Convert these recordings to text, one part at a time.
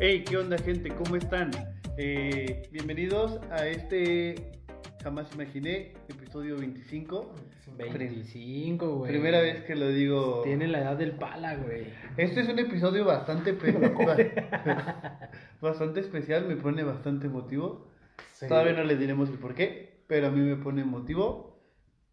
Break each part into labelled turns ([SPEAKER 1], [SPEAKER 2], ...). [SPEAKER 1] Hey, ¿qué onda gente? ¿Cómo están? Eh, bienvenidos a este Jamás Imaginé, episodio 25.
[SPEAKER 2] 25, güey.
[SPEAKER 1] Primera vez que lo digo.
[SPEAKER 2] Tiene la edad del pala, güey.
[SPEAKER 1] Este es un episodio bastante pe- bastante especial, me pone bastante emotivo. Todavía no les diremos el por qué, pero a mí me pone emotivo.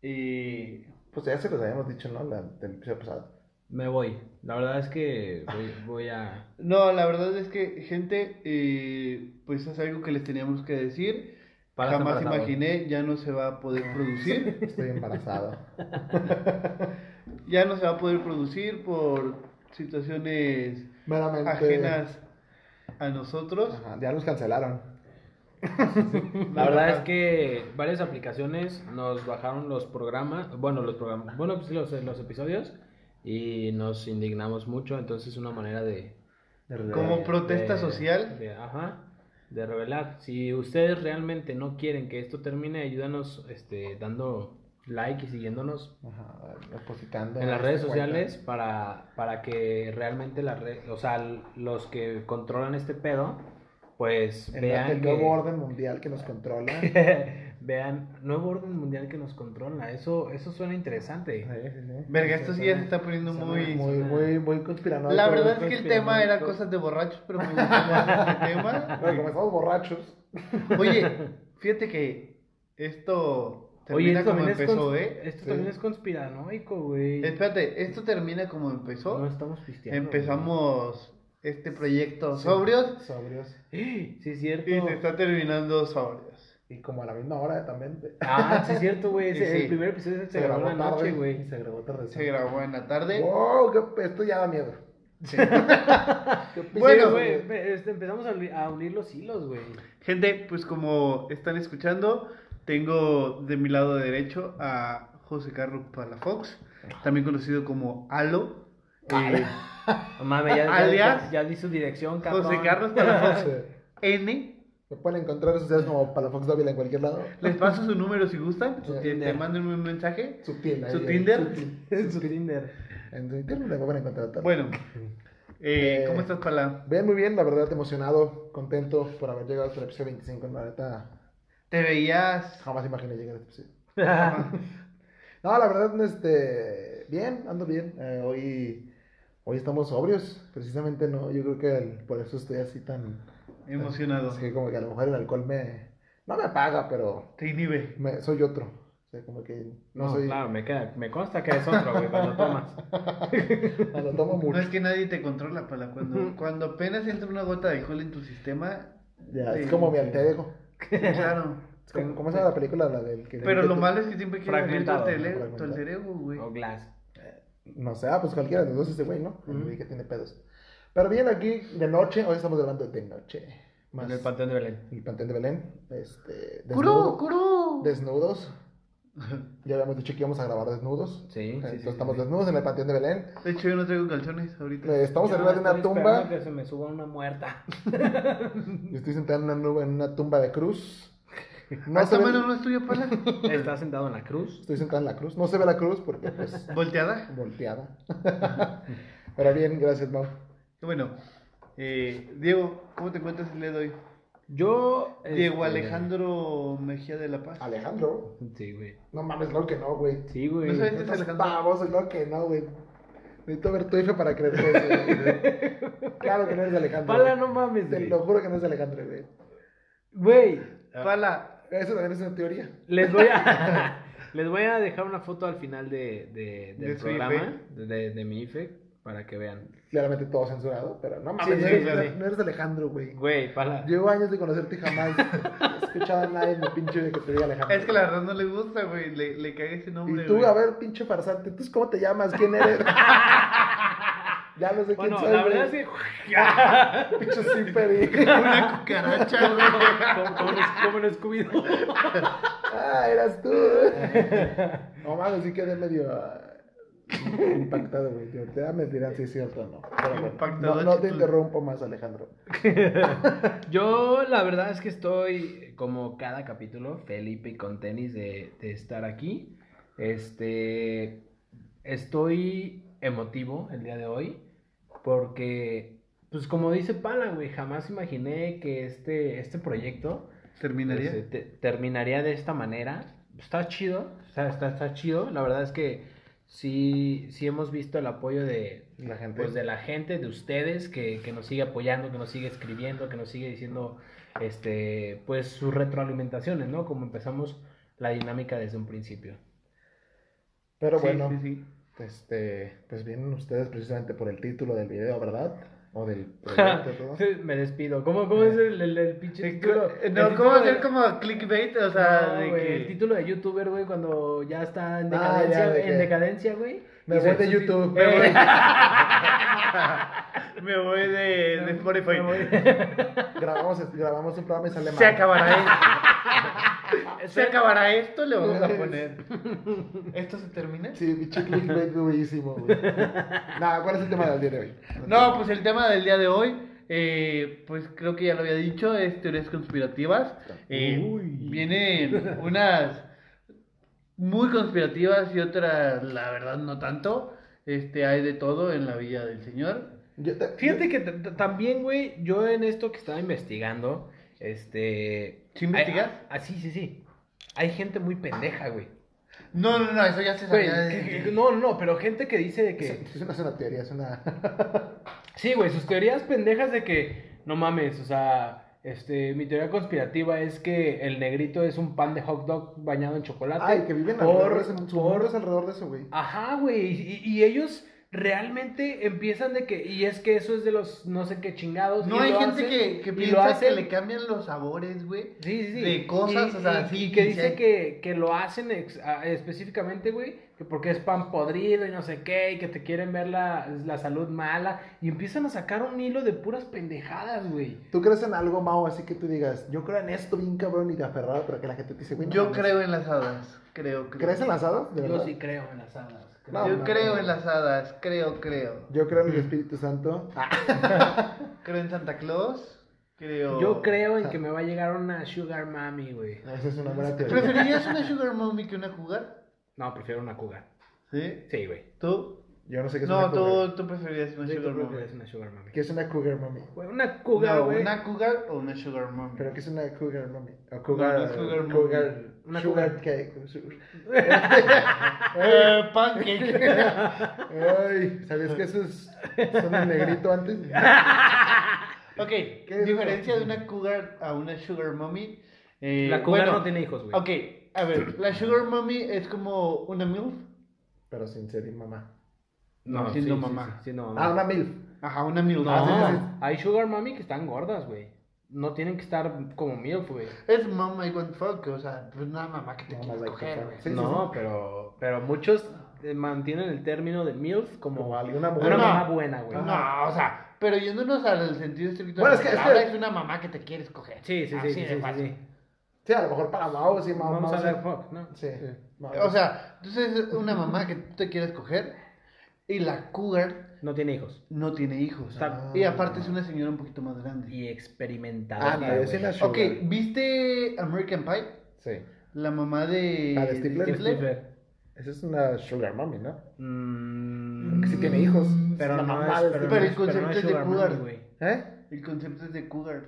[SPEAKER 1] Y
[SPEAKER 3] Pues ya se los habíamos dicho, ¿no? La, del episodio pasado.
[SPEAKER 2] Me voy. La verdad es que voy, voy a.
[SPEAKER 1] no, la verdad es que gente, eh, pues es algo que les teníamos que decir.
[SPEAKER 2] Para
[SPEAKER 1] Jamás
[SPEAKER 2] embarazado.
[SPEAKER 1] imaginé, ya no se va a poder producir.
[SPEAKER 3] Estoy embarazado.
[SPEAKER 1] ya no se va a poder producir por situaciones
[SPEAKER 3] Meramente.
[SPEAKER 1] ajenas a nosotros.
[SPEAKER 3] Ajá, ya nos cancelaron.
[SPEAKER 2] La verdad es que varias aplicaciones nos bajaron los programas. Bueno, los programas. Bueno, pues los, los episodios. Y nos indignamos mucho. Entonces, una manera de.
[SPEAKER 1] Como protesta
[SPEAKER 2] de-
[SPEAKER 1] social.
[SPEAKER 2] de- ajá. De revelar. Si ustedes realmente no quieren que esto termine, ayúdanos este, dando like y siguiéndonos
[SPEAKER 3] Ajá, este depositando.
[SPEAKER 2] en las
[SPEAKER 3] esta
[SPEAKER 2] redes
[SPEAKER 3] cuenta.
[SPEAKER 2] sociales para, para que realmente la red, o sea, l- los que controlan este pedo, pues
[SPEAKER 3] En
[SPEAKER 2] vean
[SPEAKER 3] el
[SPEAKER 2] que-
[SPEAKER 3] nuevo orden mundial que nos controla. Sí,
[SPEAKER 2] vean nuevo orden mundial que nos controla. Eso eso suena interesante.
[SPEAKER 3] sí, sí.
[SPEAKER 1] Verga, esto sí ya se está poniendo
[SPEAKER 3] Suena
[SPEAKER 1] muy...
[SPEAKER 3] Muy, muy, muy conspiranoico.
[SPEAKER 1] La verdad es que el
[SPEAKER 2] conspiranoico.
[SPEAKER 1] tema era cosas de borrachos, pero me gustó más ese tema.
[SPEAKER 3] Pero como estamos borrachos.
[SPEAKER 1] Oye, fíjate que esto
[SPEAKER 2] Oye,
[SPEAKER 1] termina
[SPEAKER 2] esto
[SPEAKER 1] como
[SPEAKER 2] también, es,
[SPEAKER 1] empezó,
[SPEAKER 2] cons-
[SPEAKER 1] ¿eh?
[SPEAKER 2] esto también es conspiranoico, güey.
[SPEAKER 1] Espérate, esto termina como empezó.
[SPEAKER 2] No estamos pisteando.
[SPEAKER 1] Empezamos este proyecto sobrios
[SPEAKER 3] Sobrios.
[SPEAKER 2] güey. Sí, es
[SPEAKER 1] y
[SPEAKER 2] cierto.
[SPEAKER 1] se está terminando sobrios.
[SPEAKER 3] Y como a la misma hora también. Se,
[SPEAKER 2] Ah, sí, es cierto, güey.
[SPEAKER 1] Sí,
[SPEAKER 2] Ese-
[SPEAKER 1] sí.
[SPEAKER 2] El primer episodio se, grabó en la noche,
[SPEAKER 3] y
[SPEAKER 2] güey.
[SPEAKER 3] Se grabó tarde.
[SPEAKER 1] Se grabó en la tarde.
[SPEAKER 3] Wow, qué- esto ya da miedo.
[SPEAKER 1] Sí.
[SPEAKER 3] Qué
[SPEAKER 1] Bueno,
[SPEAKER 2] Sí,
[SPEAKER 3] piso,
[SPEAKER 2] güey, ve- este, empezamos a uni- a unir los hilos, güey.
[SPEAKER 1] Gente, pues como están escuchando, tengo de mi lado derecho a José Carlos Palafox, también conocido como Alo. eh,
[SPEAKER 2] No mames, ya, ya-
[SPEAKER 1] Alias,
[SPEAKER 2] ya, ya di su dirección, cabrón.
[SPEAKER 1] José Carlos Palafox
[SPEAKER 3] Sí.
[SPEAKER 1] N.
[SPEAKER 3] Me pueden encontrar en sus días como Palafox Dávila en cualquier lado.
[SPEAKER 1] Les paso su número si gustan.
[SPEAKER 3] Su
[SPEAKER 1] eh, Te
[SPEAKER 2] Tinder.
[SPEAKER 1] manden un mensaje.
[SPEAKER 3] Su Tinder.
[SPEAKER 1] ¿Su Tinder?
[SPEAKER 2] En su Tinder.
[SPEAKER 3] En Twitter me pueden encontrar. tal.
[SPEAKER 1] Bueno, eh,
[SPEAKER 3] Eh,
[SPEAKER 1] ¿cómo estás, Pala?
[SPEAKER 3] Bien, muy bien, la verdad, emocionado, contento por haber llegado hasta el episodio 25. La neta,
[SPEAKER 1] ¿Te veías?
[SPEAKER 3] jamás imaginé llegar a este episodio. No, la verdad, este, bien, ando bien. Eh, hoy, hoy estamos sobrios, precisamente, ¿no? Yo creo que el- por eso estoy así tan...
[SPEAKER 1] Emocionado.
[SPEAKER 3] Así que como que a lo mejor el alcohol me... No me apaga, pero
[SPEAKER 1] Te inhibe.
[SPEAKER 3] me- soy otro. O sea, como que no,
[SPEAKER 2] No,
[SPEAKER 3] soy...
[SPEAKER 2] claro, me, queda, me consta que es otro, güey, cuando tomas.
[SPEAKER 3] Me lo tomo
[SPEAKER 1] No es
[SPEAKER 3] mucho.
[SPEAKER 1] que nadie te controla, Pala. Cuando, cuando apenas entra una gota de alcohol en tu sistema,
[SPEAKER 3] Ya, es
[SPEAKER 1] Sí,
[SPEAKER 3] como mi
[SPEAKER 1] sí.
[SPEAKER 3] alter ego.
[SPEAKER 1] claro.
[SPEAKER 3] Es como- ¿Cómo se llama la película? La del que...
[SPEAKER 1] Pero
[SPEAKER 3] que
[SPEAKER 1] lo
[SPEAKER 3] tú-
[SPEAKER 1] malo es que siempre quieres abrir tu,
[SPEAKER 2] Fragmentado,
[SPEAKER 1] tele-
[SPEAKER 3] ¿no?
[SPEAKER 1] tu
[SPEAKER 3] Fragmentado.
[SPEAKER 1] cerebro, güey.
[SPEAKER 2] O Glass.
[SPEAKER 3] No sé, ah, pues cualquiera de los dos ese güey, ¿no? El
[SPEAKER 2] Ujú.
[SPEAKER 3] güey que tiene pedos. Pero bien, aquí de noche, hoy estamos grabando de noche. Más
[SPEAKER 2] En el Panteón de Belén.
[SPEAKER 3] el Panteón de Belén. Este,
[SPEAKER 1] ¡Curú,
[SPEAKER 3] desnudo-
[SPEAKER 1] curú!
[SPEAKER 3] desnudos. Ya habíamos dicho que íbamos a grabar desnudos.
[SPEAKER 2] Sí, sí,
[SPEAKER 3] Entonces
[SPEAKER 2] sí,
[SPEAKER 3] estamos
[SPEAKER 2] sí.
[SPEAKER 3] desnudos en el Panteón de Belén.
[SPEAKER 1] De hecho, yo no traigo calzones ahorita.
[SPEAKER 3] Eh, Estamos
[SPEAKER 2] Yo
[SPEAKER 3] arriba de una
[SPEAKER 2] estoy
[SPEAKER 3] tumba.
[SPEAKER 2] esperando que se me suba una muerta.
[SPEAKER 3] Yo estoy sentado en una, nube, en una tumba de cruz.
[SPEAKER 1] No,
[SPEAKER 3] No se
[SPEAKER 1] ¿Esta
[SPEAKER 3] ve-
[SPEAKER 1] mano Ah, no es tuya, Pala?
[SPEAKER 2] Está sentado en la cruz.
[SPEAKER 3] Estoy sentado en la cruz. No se ve la cruz porque, pues,
[SPEAKER 1] ¿Volteada?
[SPEAKER 3] volteada. Pero bien, gracias, Mau.
[SPEAKER 1] Bueno, eh, Diego, ¿cómo te encuentras el día de hoy?
[SPEAKER 2] Yo.
[SPEAKER 1] Diego
[SPEAKER 2] este,
[SPEAKER 1] Alejandro Mejía de la Paz.
[SPEAKER 3] Alejandro.
[SPEAKER 2] Sí, güey.
[SPEAKER 3] No mames, lo que no, güey.
[SPEAKER 2] Sí, güey.
[SPEAKER 1] No sabes- Este es
[SPEAKER 3] Estás
[SPEAKER 1] Alejandro.
[SPEAKER 3] baboso, claro que no, güey. Necesito ver tu IFE para creer que eso, güey. Claro que no eres de Alejandro.
[SPEAKER 2] Pala,
[SPEAKER 3] güey.
[SPEAKER 2] no mames,
[SPEAKER 3] Te
[SPEAKER 2] güey.
[SPEAKER 3] lo juro que no es de Alejandro, güey.
[SPEAKER 2] Güey,
[SPEAKER 1] Ah. Pala,
[SPEAKER 3] Eso también es una teoría.
[SPEAKER 2] les voy a. Les voy a dejar una foto al final de, de- del
[SPEAKER 1] De su E.
[SPEAKER 2] programa, de, de mi IFE, para que vean.
[SPEAKER 3] Claramente todo censurado, pero no mames,
[SPEAKER 1] Sí,
[SPEAKER 3] no,
[SPEAKER 1] sí,
[SPEAKER 3] eres,
[SPEAKER 1] claro.
[SPEAKER 3] no eres de Alejandro, güey.
[SPEAKER 2] Güey, pala.
[SPEAKER 3] Llevo años de conocerte y jamás he escuchado a nadie en mi pinche vida que te diga Alejandro.
[SPEAKER 1] es que la verdad no le gusta, güey. Le, le cagué ese nombre,
[SPEAKER 3] Y tú,
[SPEAKER 1] güey.
[SPEAKER 3] a ver, pinche farsante, ¿tú cómo te llamas? ¿Quién eres? ya no sé
[SPEAKER 2] Bueno,
[SPEAKER 3] quién soy,
[SPEAKER 2] la
[SPEAKER 3] güey.
[SPEAKER 2] verdad sí.
[SPEAKER 3] Pinche zipper y-
[SPEAKER 1] Una cucaracha, güey.
[SPEAKER 2] como, como en- como en Scooby-Doo.
[SPEAKER 3] Ah, eras tú. No mames, sí quedé medio ah, impactado, güey. Yo Te da mentira si es cierto o no. Pero bueno,
[SPEAKER 1] Impactado,
[SPEAKER 3] no, no te
[SPEAKER 1] chicos.
[SPEAKER 3] interrumpo más, Alejandro.
[SPEAKER 2] Yo, la verdad es que estoy, como cada capítulo, Felipe y con tenis de, de estar aquí. Este. Estoy emotivo el día de hoy porque Pues como dice Pala, güey, jamás imaginé que este, este proyecto
[SPEAKER 1] ¿Terminaría?
[SPEAKER 2] pues, eh, te- terminaría de esta manera. Está chido, está, está, está chido. La verdad es que sí, sí hemos visto el apoyo de,
[SPEAKER 3] La gente.
[SPEAKER 2] pues, de la gente, de ustedes, que, que nos sigue apoyando, que nos sigue escribiendo, que nos sigue diciendo este, pues sus retroalimentaciones, ¿no? Como empezamos la dinámica desde un principio.
[SPEAKER 3] Pero
[SPEAKER 1] Sí,
[SPEAKER 3] bueno,
[SPEAKER 1] sí, sí.
[SPEAKER 3] este, pues vienen ustedes precisamente por el título del video, ¿verdad? O del proyecto, todo.
[SPEAKER 2] Me despido. ¿Cómo, cómo es el, el, el pinche
[SPEAKER 1] Eh,
[SPEAKER 2] título?
[SPEAKER 1] eh,
[SPEAKER 2] El
[SPEAKER 1] No,
[SPEAKER 2] título
[SPEAKER 1] ¿cómo
[SPEAKER 2] de-
[SPEAKER 1] hacer como clickbait? O sea,
[SPEAKER 2] No,
[SPEAKER 1] de
[SPEAKER 2] güey,
[SPEAKER 1] que...
[SPEAKER 2] el título de youtuber, güey, cuando ya está en
[SPEAKER 3] Ah,
[SPEAKER 2] decadencia,
[SPEAKER 3] ya, de
[SPEAKER 2] en
[SPEAKER 3] que-
[SPEAKER 2] decadencia, güey.
[SPEAKER 3] Me
[SPEAKER 2] y
[SPEAKER 3] voy
[SPEAKER 2] se-
[SPEAKER 3] de YouTube.
[SPEAKER 1] Me
[SPEAKER 2] Eh,
[SPEAKER 1] voy- Me voy de, de Spotify.
[SPEAKER 2] me voy-
[SPEAKER 3] Grabamos, grabamos un programa y sale mal.
[SPEAKER 1] Se acabará esto. Se acabará esto, le vamos a poner. ¿Esto se termina?
[SPEAKER 3] Sí, pinche clickbait durísimo, güey. Nada, ¿cuál es el tema del día de hoy?
[SPEAKER 1] No, pues el tema del día de hoy, eh, pues creo que ya lo había dicho, es teorías conspirativas. Eh,
[SPEAKER 2] Uy.
[SPEAKER 1] Vienen unas muy conspirativas y otras, la verdad, no tanto. Este, hay de todo en la vida del señor.
[SPEAKER 3] Yo te-
[SPEAKER 2] Fíjate que t- t- también, güey, yo en esto que estaba investigando, este...
[SPEAKER 1] ¿Sí investigas?
[SPEAKER 2] hay- Ah, sí, sí, sí. Hay gente muy pendeja, güey.
[SPEAKER 1] No, no, no, eso ya se
[SPEAKER 2] Güey,
[SPEAKER 1] sabía. desde-
[SPEAKER 2] que- que- no, no, no, pero gente que dice de que...
[SPEAKER 3] Es una, es una teoría, es una...
[SPEAKER 2] Sí, güey, sus teorías pendejas de que... No mames, o sea, este, mi teoría conspirativa es que el negrito es un pan de hot dog bañado en chocolate.
[SPEAKER 3] Ay, que viven alrededor
[SPEAKER 2] por,
[SPEAKER 3] de ese... Su
[SPEAKER 2] por-
[SPEAKER 3] mundo es alrededor de eso, güey.
[SPEAKER 2] Ajá, güey. Y, y ellos realmente empiezan de que. Y es que eso es de los no sé qué chingados.
[SPEAKER 1] No
[SPEAKER 2] y
[SPEAKER 1] hay
[SPEAKER 2] lo
[SPEAKER 1] gente
[SPEAKER 2] hacen,
[SPEAKER 1] que, que
[SPEAKER 2] y lo
[SPEAKER 1] piensa que
[SPEAKER 2] hacen.
[SPEAKER 1] le cambian los sabores, güey.
[SPEAKER 2] Sí, sí, sí.
[SPEAKER 1] de cosas,
[SPEAKER 2] Y-
[SPEAKER 1] o sea,
[SPEAKER 2] y-
[SPEAKER 1] sí,
[SPEAKER 2] Y que
[SPEAKER 1] sí
[SPEAKER 2] dice
[SPEAKER 1] hay.
[SPEAKER 2] que, que lo hacen ex- a- específicamente, güey. Que porque es pan podrido y no sé qué. Y que te quieren ver la, la salud mala. Y empiezan a sacar un hilo de puras pendejadas, güey.
[SPEAKER 3] ¿Tú crees en algo, Mao, así que tú digas, yo creo en esto bien cabrón y te aferrado, pero que la gente te dice, güey, no
[SPEAKER 1] Yo
[SPEAKER 3] mames.
[SPEAKER 1] creo en las hadas, creo, creo.
[SPEAKER 3] ¿Crees en las hadas? De
[SPEAKER 2] Yo
[SPEAKER 3] verdad.
[SPEAKER 2] sí creo en las hadas. creo.
[SPEAKER 3] No,
[SPEAKER 1] Yo
[SPEAKER 3] no,
[SPEAKER 1] creo
[SPEAKER 3] no.
[SPEAKER 1] en las hadas, creo, creo.
[SPEAKER 3] Yo creo en el Espíritu Santo.
[SPEAKER 1] Creo en Santa Claus, creo...
[SPEAKER 2] Yo creo en que me va a llegar una Sugar Mami, güey.
[SPEAKER 3] Esa es una buena teoría.
[SPEAKER 1] ¿Preferirías una Sugar Mommy que una jugar?
[SPEAKER 2] No, prefiero una cougar.
[SPEAKER 1] ¿Sí?
[SPEAKER 2] Sí, güey.
[SPEAKER 1] ¿Tú?
[SPEAKER 3] Yo no sé qué es
[SPEAKER 1] No,
[SPEAKER 3] una cougar.
[SPEAKER 1] tú, tú preferirías una
[SPEAKER 2] Yo
[SPEAKER 1] Sugar
[SPEAKER 2] creo
[SPEAKER 1] Mommy.
[SPEAKER 2] que es una Sugar Mami.
[SPEAKER 3] ¿Qué es una cougar, mami?
[SPEAKER 2] Güey, Una cougar,
[SPEAKER 1] No,
[SPEAKER 2] güey.
[SPEAKER 1] ¿Una cougar o una Sugar Mommy?
[SPEAKER 3] ¿Pero qué es una cougar, mami? O cougar...
[SPEAKER 1] no es cougar mommy.
[SPEAKER 3] cougar-
[SPEAKER 2] Una
[SPEAKER 3] sugar
[SPEAKER 2] cougar.
[SPEAKER 3] cake. su-
[SPEAKER 1] Eh, pancake.
[SPEAKER 3] Ay, ¿sabías que esos son un negrito antes?
[SPEAKER 1] ok,
[SPEAKER 3] ¿Qué es
[SPEAKER 1] diferencia
[SPEAKER 3] eso?
[SPEAKER 1] de una cougar a una Sugar Mommy. eh,
[SPEAKER 2] La cougar
[SPEAKER 1] bueno,
[SPEAKER 2] no tiene hijos, güey.
[SPEAKER 1] Ok, a ver, la Sugar Mommy es como una MILF.
[SPEAKER 3] Pero sin ser mi mamá.
[SPEAKER 1] No, siendo mamá.
[SPEAKER 2] siendo mamá.
[SPEAKER 3] Ah, una milf.
[SPEAKER 1] Ajá, una MILF.
[SPEAKER 2] No,
[SPEAKER 1] Ah, sí, sí,
[SPEAKER 2] hay sugar mami que están gordas, güey. No tienen que estar como milf, güey.
[SPEAKER 1] sí. Es mama I want fuck, o sea, pues una mamá que te
[SPEAKER 3] Mamá
[SPEAKER 1] quieres
[SPEAKER 3] like
[SPEAKER 1] coger,
[SPEAKER 3] fuck.
[SPEAKER 1] güey.
[SPEAKER 3] Sí, sí,
[SPEAKER 2] no,
[SPEAKER 3] sí.
[SPEAKER 2] pero pero muchos eh, mantienen el término de milf como,
[SPEAKER 3] Como alguna mujer.
[SPEAKER 2] una
[SPEAKER 1] No.
[SPEAKER 2] mamá buena, güey.
[SPEAKER 1] No, o sea, pero yéndonos al sentido estricto
[SPEAKER 3] Bueno,
[SPEAKER 1] de
[SPEAKER 3] es
[SPEAKER 1] la
[SPEAKER 3] que- es
[SPEAKER 1] palabra,
[SPEAKER 3] que-
[SPEAKER 1] es una mamá que te quieres coger.
[SPEAKER 2] este- Sí, sí, sí,
[SPEAKER 1] Así
[SPEAKER 2] sí,
[SPEAKER 1] de
[SPEAKER 2] sí, sí,
[SPEAKER 1] fácil.
[SPEAKER 2] sí.
[SPEAKER 3] Sí, a lo mejor para Mao, sí, Mao.
[SPEAKER 2] Vamos
[SPEAKER 3] Mao,
[SPEAKER 2] a
[SPEAKER 3] sí.
[SPEAKER 2] ver fuck, ¿no?
[SPEAKER 3] Sí. Mao.
[SPEAKER 1] O sea, entonces es una mamá que tú te quieres coger y la cougar
[SPEAKER 2] No tiene hijos.
[SPEAKER 1] no tiene hijos.
[SPEAKER 2] Está-
[SPEAKER 1] Y aparte es una señora un poquito más grande.
[SPEAKER 2] Y experimentada.
[SPEAKER 3] Ah, no, yo sí la sugar.
[SPEAKER 1] Ok, ¿viste American Pie?
[SPEAKER 3] Sí.
[SPEAKER 1] La mamá de,
[SPEAKER 3] La de Stifler. Esa es una sugar mami, ¿no?
[SPEAKER 2] Mm,
[SPEAKER 3] Porque sí tiene hijos.
[SPEAKER 2] Pero
[SPEAKER 3] La
[SPEAKER 2] no
[SPEAKER 3] mamá
[SPEAKER 2] es,
[SPEAKER 3] del
[SPEAKER 2] pero
[SPEAKER 3] Stifler.
[SPEAKER 2] no
[SPEAKER 1] el
[SPEAKER 2] es- pero no
[SPEAKER 1] concepto
[SPEAKER 2] es
[SPEAKER 1] es de
[SPEAKER 2] sugar
[SPEAKER 1] cougar.
[SPEAKER 2] mami, güey.
[SPEAKER 3] ¿Eh?
[SPEAKER 1] El concepto es de cougar.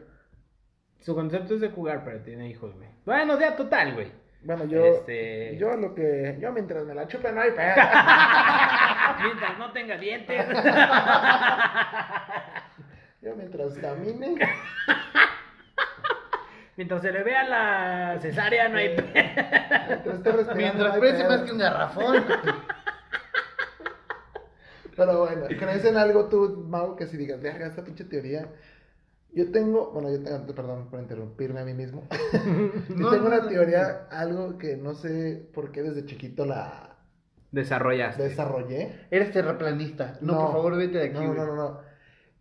[SPEAKER 2] Su concepto es de jugar, pero tiene hijos, güey. Bueno, ya total, güey.
[SPEAKER 3] Bueno, yo...
[SPEAKER 2] Este-
[SPEAKER 3] Yo lo que... Yo mientras me la chupen, no hay pedo.
[SPEAKER 2] Mientras no tenga dientes.
[SPEAKER 3] Yo mientras camine...
[SPEAKER 2] Mientras se le vea la cesárea, no hay
[SPEAKER 3] Eh,
[SPEAKER 2] pe-
[SPEAKER 3] Mientras esté respirando, no
[SPEAKER 1] Mientras
[SPEAKER 3] hay
[SPEAKER 1] pese
[SPEAKER 3] pedo.
[SPEAKER 1] más que un garrafón.
[SPEAKER 3] Pero bueno, ¿crees en algo tú, Mau, que si digas, verga, esta pinche teoría? Yo tengo, bueno, yo tengo, perdón por interrumpirme a mí mismo. yo
[SPEAKER 1] No,
[SPEAKER 3] tengo
[SPEAKER 1] no,
[SPEAKER 3] una
[SPEAKER 1] no.
[SPEAKER 3] teoría, algo que no sé por qué desde chiquito la
[SPEAKER 2] Desarrollaste.
[SPEAKER 3] desarrollé.
[SPEAKER 1] Eres terraplanista. No, por favor, vete de aquí.
[SPEAKER 3] No, no,
[SPEAKER 1] güey.
[SPEAKER 3] no, no.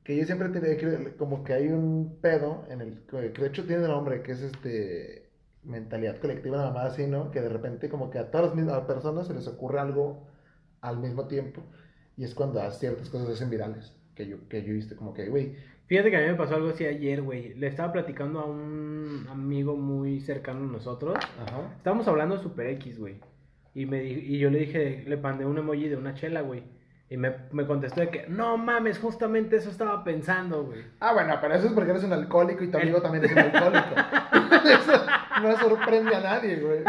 [SPEAKER 3] Que yo siempre tenía que, como que hay un pedo en el, que de hecho tiene nombre, que es este, mentalidad colectiva, nada más así, ¿no? Que de repente como que a todas las mismas personas se les ocurre algo al mismo tiempo. Y es cuando a ciertas cosas se hacen virales. Que yo, que yo viste como que, güey,
[SPEAKER 2] Fíjate que a mí me pasó algo así ayer, güey. Le estaba platicando a un amigo muy cercano a nosotros.
[SPEAKER 3] Ajá.
[SPEAKER 2] Estábamos hablando de Super X, güey. Y, me di- y yo le dije, le mandé un emoji de una chela, güey. Y me, me contestó de que, no mames, justamente eso estaba pensando, güey.
[SPEAKER 3] Ah, bueno, pero eso es porque eres un alcohólico y tu
[SPEAKER 2] Eh.
[SPEAKER 3] amigo también es un alcohólico. eso no sorprende a nadie, güey.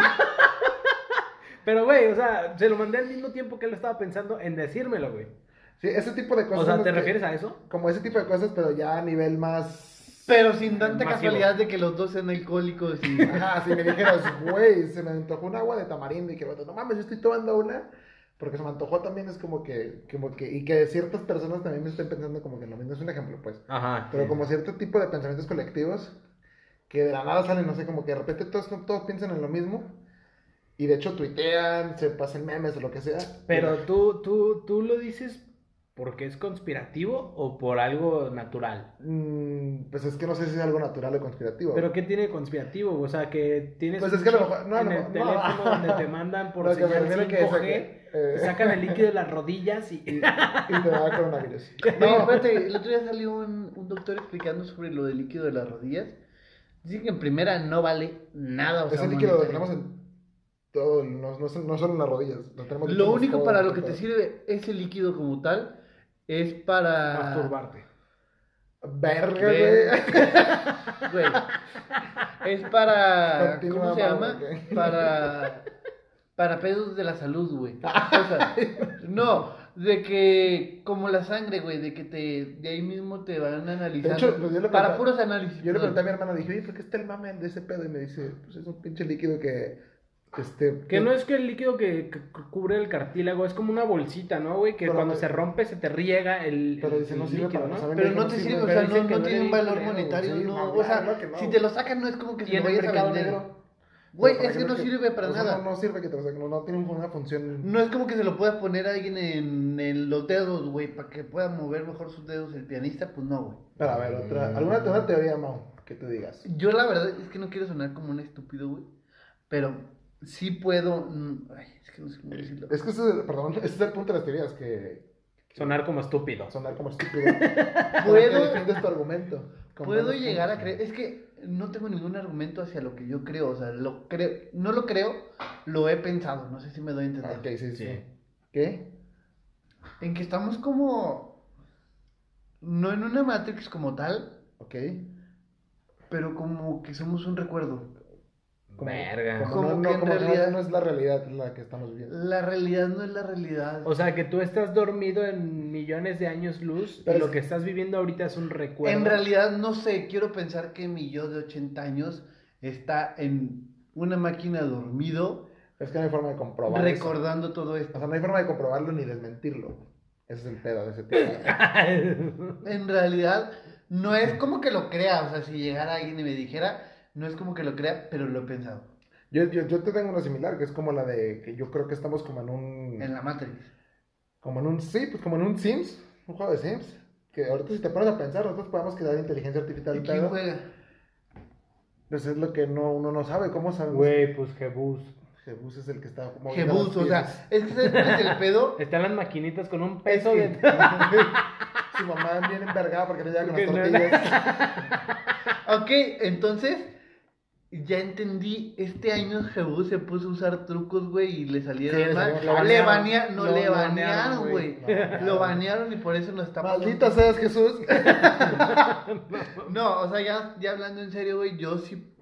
[SPEAKER 2] Pero, güey, o sea, se lo mandé al mismo tiempo que él estaba pensando en decírmelo, güey.
[SPEAKER 3] Sí, ese tipo de cosas.
[SPEAKER 2] O sea,
[SPEAKER 3] son
[SPEAKER 2] ¿te
[SPEAKER 3] las que-
[SPEAKER 2] refieres a eso?
[SPEAKER 3] Como ese tipo de cosas, pero ya a nivel más...
[SPEAKER 1] Pero sin tanta
[SPEAKER 2] Masivo.
[SPEAKER 1] casualidad de que los dos sean alcohólicos y...
[SPEAKER 3] Ajá, si me dijeras, güey, se me antojó un agua de tamarindo y que, bueno, no mames, yo estoy tomando una, porque se me antojó también, es como que, como que, y que ciertas personas también me estén pensando como que lo mismo, es un ejemplo, pues.
[SPEAKER 2] Ajá.
[SPEAKER 3] Pero
[SPEAKER 2] sí.
[SPEAKER 3] como cierto tipo de pensamientos colectivos que de la nada salen, no sé, como que de repente todos, todos piensan en lo mismo y de hecho tuitean, se pasan memes o lo que sea.
[SPEAKER 2] Pero tú, tú, tú lo dices porque es conspirativo o por algo natural.
[SPEAKER 3] Mm, pues es que no sé si es algo natural o conspirativo.
[SPEAKER 2] ¿Pero qué tiene conspirativo? O sea, que tienes
[SPEAKER 3] Pues
[SPEAKER 2] un
[SPEAKER 3] es que a lo
[SPEAKER 2] chip
[SPEAKER 3] mejor- no, a
[SPEAKER 2] en
[SPEAKER 3] lo
[SPEAKER 2] el
[SPEAKER 3] mejor- no.
[SPEAKER 2] teléfono donde te mandan por
[SPEAKER 3] Lo que me
[SPEAKER 2] señal
[SPEAKER 3] refiero
[SPEAKER 2] 5G,
[SPEAKER 3] que es de que,
[SPEAKER 2] te
[SPEAKER 3] eh.
[SPEAKER 2] sacan el líquido de las rodillas y...
[SPEAKER 3] Y, y te da coronavirus.
[SPEAKER 1] Oye,
[SPEAKER 3] No,
[SPEAKER 1] espérate, el otro día salió un, un doctor explicando sobre lo del líquido de las rodillas. Dice que en primera no vale nada. O sea,
[SPEAKER 3] ese líquido lo
[SPEAKER 1] monetario.
[SPEAKER 3] tenemos en todo, no, no, son- no solo en las rodillas. Lo, tenemos
[SPEAKER 1] Lo
[SPEAKER 3] en
[SPEAKER 1] único
[SPEAKER 3] todo,
[SPEAKER 1] para
[SPEAKER 3] en
[SPEAKER 1] lo que
[SPEAKER 3] todo.
[SPEAKER 1] te sirve ese líquido como tal es
[SPEAKER 3] Ah.
[SPEAKER 1] para...
[SPEAKER 2] Masturbarte.
[SPEAKER 3] Verga,
[SPEAKER 1] Ver-
[SPEAKER 3] güey.
[SPEAKER 1] Güey. Es para.
[SPEAKER 3] Continúa,
[SPEAKER 1] ¿Cómo se
[SPEAKER 3] Mau,
[SPEAKER 1] llama?
[SPEAKER 3] ok.
[SPEAKER 1] Para. Para pedos de la salud, güey. O sea, no, de que. Como la sangre, güey. De que te. De ahí mismo te van analizando.
[SPEAKER 3] hecho, pues, yo le
[SPEAKER 1] para
[SPEAKER 3] pregunté-
[SPEAKER 1] puros análisis.
[SPEAKER 3] Yo le
[SPEAKER 1] perdón.
[SPEAKER 3] pregunté a mi hermano, dije, oye, ¿por qué está el mame de ese pedo? Y me dice, pues es un pinche líquido que, este...
[SPEAKER 2] Que no es que el líquido que, que cubre el cartílago es como una bolsita, ¿no, güey? Que
[SPEAKER 3] Pero
[SPEAKER 2] cuando
[SPEAKER 3] te-
[SPEAKER 2] se rompe se te riega el,
[SPEAKER 3] Pero dice,
[SPEAKER 2] el
[SPEAKER 3] no sirve para la sangre.
[SPEAKER 1] Pero no te
[SPEAKER 3] Sí,
[SPEAKER 1] sirve,
[SPEAKER 3] pero
[SPEAKER 1] o sea,
[SPEAKER 2] dicen
[SPEAKER 1] no,
[SPEAKER 2] que
[SPEAKER 1] no
[SPEAKER 2] no
[SPEAKER 1] tiene
[SPEAKER 2] le
[SPEAKER 1] un valor
[SPEAKER 2] dinero,
[SPEAKER 1] monetario,
[SPEAKER 3] sí,
[SPEAKER 1] no.
[SPEAKER 3] no,
[SPEAKER 1] O sea,
[SPEAKER 3] claro que no.
[SPEAKER 1] si te lo sacan, no es como que
[SPEAKER 2] Y
[SPEAKER 1] se
[SPEAKER 2] en
[SPEAKER 1] lo
[SPEAKER 2] el
[SPEAKER 1] vayas a
[SPEAKER 2] mercado
[SPEAKER 1] vender.
[SPEAKER 2] negro.
[SPEAKER 1] Güey,
[SPEAKER 3] Pero para
[SPEAKER 1] es que no sirve para
[SPEAKER 3] o sea,
[SPEAKER 1] nada.
[SPEAKER 3] No, no sirve que te, o sea, que no, no tiene una función...
[SPEAKER 1] No es como que se lo puedas poner a alguien en, en los dedos, güey, para que pueda mover mejor sus dedos el pianista, pues no, güey.
[SPEAKER 3] Pero a ver, otra,
[SPEAKER 1] Mm.
[SPEAKER 3] alguna otra teoría, Mau, que tú digas.
[SPEAKER 1] Yo la verdad es que no quiero sonar como un estúpido, güey, pero sí puedo... mm, Ay, es que no sé cómo decirlo.
[SPEAKER 3] Es que ese, perdón, ese es el punto de las teorías, que
[SPEAKER 2] Sonar como estúpido.
[SPEAKER 3] sonar como estúpido. Para que
[SPEAKER 1] Puedo-
[SPEAKER 3] defiendes tu argumento. con
[SPEAKER 1] Puedo
[SPEAKER 3] buenos
[SPEAKER 1] llegar a
[SPEAKER 3] puntos.
[SPEAKER 1] creer... Es que no tengo ningún argumento hacia lo que yo creo, o sea, lo creo... No lo creo, lo he pensado, no sé si me doy a entender.
[SPEAKER 3] Ah, Ok, sí, sí.
[SPEAKER 2] Sí.
[SPEAKER 3] ¿Qué?
[SPEAKER 1] En que estamos como... No en una Matrix como tal,
[SPEAKER 3] Ok.
[SPEAKER 1] pero como que somos un recuerdo.
[SPEAKER 3] Como-
[SPEAKER 2] Verga.
[SPEAKER 3] Como,
[SPEAKER 1] Como
[SPEAKER 3] no, no,
[SPEAKER 1] que en
[SPEAKER 3] como no-
[SPEAKER 1] realidad-
[SPEAKER 3] no es la realidad la que estamos viviendo.
[SPEAKER 1] La realidad no es la realidad.
[SPEAKER 2] O sea, que tú estás dormido en millones de años luz
[SPEAKER 3] Pero
[SPEAKER 2] y lo
[SPEAKER 3] es-
[SPEAKER 2] que estás viviendo ahorita es un recuerdo.
[SPEAKER 1] En realidad, no sé, quiero pensar que mi yo de 80 años está en una máquina dormido
[SPEAKER 3] Es que no hay forma de comprobar eso.
[SPEAKER 1] recordando todo
[SPEAKER 3] O
[SPEAKER 1] esto.
[SPEAKER 3] sea, no hay forma de comprobarlo ni desmentirlo. Ese es el pedo de ese tipo.
[SPEAKER 1] En realidad, no es como que lo crea, o sea, si llegara alguien y me dijera, no es como que lo crea, pero lo he pensado.
[SPEAKER 3] Yo, yo, yo te tengo una similar, que es como la de que yo creo que estamos como en un.
[SPEAKER 1] En la Matrix.
[SPEAKER 3] Como en un. Sí, pues como en un Sims. Un juego de Sims. Que ahorita si te pones a pensar, nosotros podemos crear inteligencia artificial.
[SPEAKER 1] ¿Y quién
[SPEAKER 3] Pero,
[SPEAKER 1] juega?
[SPEAKER 3] pues es lo que no, uno no sabe. ¿Cómo sabemos?
[SPEAKER 2] Güey, pues Jebus.
[SPEAKER 3] Jebus es el que está. moviendo
[SPEAKER 1] Jebus,
[SPEAKER 3] las
[SPEAKER 1] o
[SPEAKER 3] piezas.
[SPEAKER 1] sea, es que ¿sabes cuál es el pedo.
[SPEAKER 2] Están las maquinitas con un peso de...
[SPEAKER 3] Su mamá viene envergada porque le llega con las
[SPEAKER 2] Porque no-
[SPEAKER 3] tortillas.
[SPEAKER 1] Ok, entonces, ya entendí, este año Jebus se puso a usar trucos, güey, y le salieron
[SPEAKER 3] Sí, le
[SPEAKER 1] mal.
[SPEAKER 3] salieron, lo
[SPEAKER 1] le
[SPEAKER 3] banearon.
[SPEAKER 1] banearon, no
[SPEAKER 2] Lo
[SPEAKER 1] le
[SPEAKER 2] banearon,
[SPEAKER 1] banearon, güey.
[SPEAKER 3] güey.
[SPEAKER 1] Lo banearon y por eso no está
[SPEAKER 3] Maldita seas, Jesús.
[SPEAKER 1] No, o sea, ya, ya hablando en serio, güey, yo sí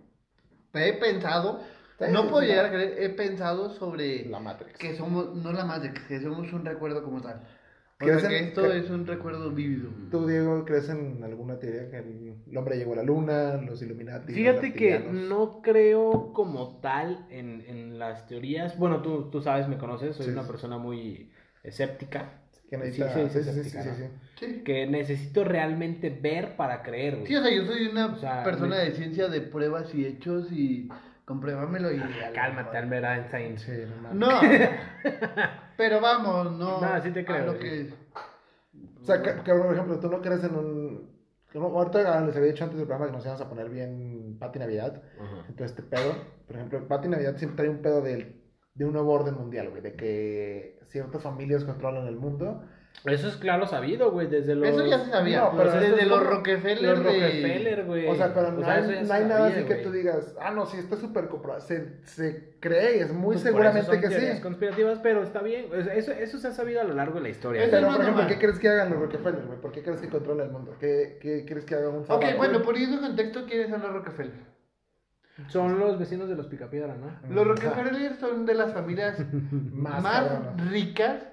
[SPEAKER 1] he pensado,
[SPEAKER 3] Sí,
[SPEAKER 1] no puedo
[SPEAKER 3] sí.
[SPEAKER 1] llegar a creer, he pensado sobre
[SPEAKER 3] La Matrix.
[SPEAKER 1] que somos, no la más, que somos un recuerdo como tal. O
[SPEAKER 3] ¿Crees
[SPEAKER 1] sea, que
[SPEAKER 3] en-
[SPEAKER 1] esto
[SPEAKER 3] cre-
[SPEAKER 1] es un recuerdo vívido.
[SPEAKER 3] ¿Tú, Diego, crees en alguna teoría que el el hombre llegó a la luna, los Illuminati? los
[SPEAKER 2] Fíjate que
[SPEAKER 3] reptilianos?
[SPEAKER 2] no creo como tal en, en las teorías. Bueno, tú, tú sabes, me conoces, soy
[SPEAKER 3] Sí,
[SPEAKER 2] una
[SPEAKER 3] sí.
[SPEAKER 2] persona muy escéptica.
[SPEAKER 3] Que
[SPEAKER 2] Sí,
[SPEAKER 3] necesita...
[SPEAKER 2] sí,
[SPEAKER 3] Sí, sí,
[SPEAKER 2] sí,
[SPEAKER 3] sí, sí,
[SPEAKER 2] escéptica,
[SPEAKER 3] sí,
[SPEAKER 2] ¿no?
[SPEAKER 3] sí.
[SPEAKER 1] Sí.
[SPEAKER 2] Que necesito realmente ver para creer, güey.
[SPEAKER 1] Sí, o sea, yo soy una
[SPEAKER 2] O sea,
[SPEAKER 1] persona
[SPEAKER 2] me-
[SPEAKER 1] de ciencia de pruebas y hechos y compruébamelo y...
[SPEAKER 2] Ah, Cálmate, Albert Einstein.
[SPEAKER 3] Sí, no mames.
[SPEAKER 1] No, pero vamos, no.
[SPEAKER 2] No, sí te
[SPEAKER 1] a
[SPEAKER 2] creo,
[SPEAKER 1] lo
[SPEAKER 2] sí.
[SPEAKER 1] que-
[SPEAKER 3] O sea, que, que, por ejemplo, tú no crees en un... que no- ahorita ah, les había dicho antes del programa que nos íbamos a poner bien Pati Navidad.
[SPEAKER 2] Ajá.
[SPEAKER 3] Entonces, este pedo, por ejemplo, Pati Navidad siempre trae un pedo del- de un nuevo orden mundial, güey. De que ciertas familias controlan el mundo
[SPEAKER 2] Eso es claro sabido, güey, desde los...
[SPEAKER 1] Eso ya se sabía.
[SPEAKER 3] No, pero
[SPEAKER 1] desde
[SPEAKER 3] eso es
[SPEAKER 1] los
[SPEAKER 3] como-
[SPEAKER 1] Rockefeller.
[SPEAKER 2] Los
[SPEAKER 1] de-
[SPEAKER 2] Rockefeller, güey.
[SPEAKER 3] O sea, pero no, hay,
[SPEAKER 2] Pues eso ya
[SPEAKER 3] no
[SPEAKER 2] se
[SPEAKER 3] hay nada
[SPEAKER 2] sabía,
[SPEAKER 3] así que
[SPEAKER 2] güey.
[SPEAKER 3] tú digas, ah, no, sí, está súper comprobado. Se, se cree, es muy
[SPEAKER 2] Pues por eso
[SPEAKER 3] seguramente
[SPEAKER 2] son
[SPEAKER 3] que
[SPEAKER 2] teorías
[SPEAKER 3] sí.
[SPEAKER 2] conspirativas, pero está bien. O sea, Eso, eso se ha sabido a lo largo de la historia.
[SPEAKER 1] Eso
[SPEAKER 2] güey.
[SPEAKER 3] Pero,
[SPEAKER 1] no
[SPEAKER 3] por
[SPEAKER 1] es
[SPEAKER 3] ejemplo,
[SPEAKER 1] normal.
[SPEAKER 3] ¿qué crees que hagan los Rockefeller, güey? ¿Por qué crees que controla el mundo? ¿Qué, qué crees que haga un
[SPEAKER 1] Ok,
[SPEAKER 3] sábado?
[SPEAKER 1] bueno, pues, poniendo en contexto, ¿quiénes son los Rockefeller?
[SPEAKER 2] Son los vecinos de los Picapiedra, ¿no?
[SPEAKER 1] Los
[SPEAKER 3] Ajá.
[SPEAKER 1] Rockefeller son de las familias
[SPEAKER 3] Más
[SPEAKER 1] más,
[SPEAKER 3] cabronas.
[SPEAKER 1] ricas,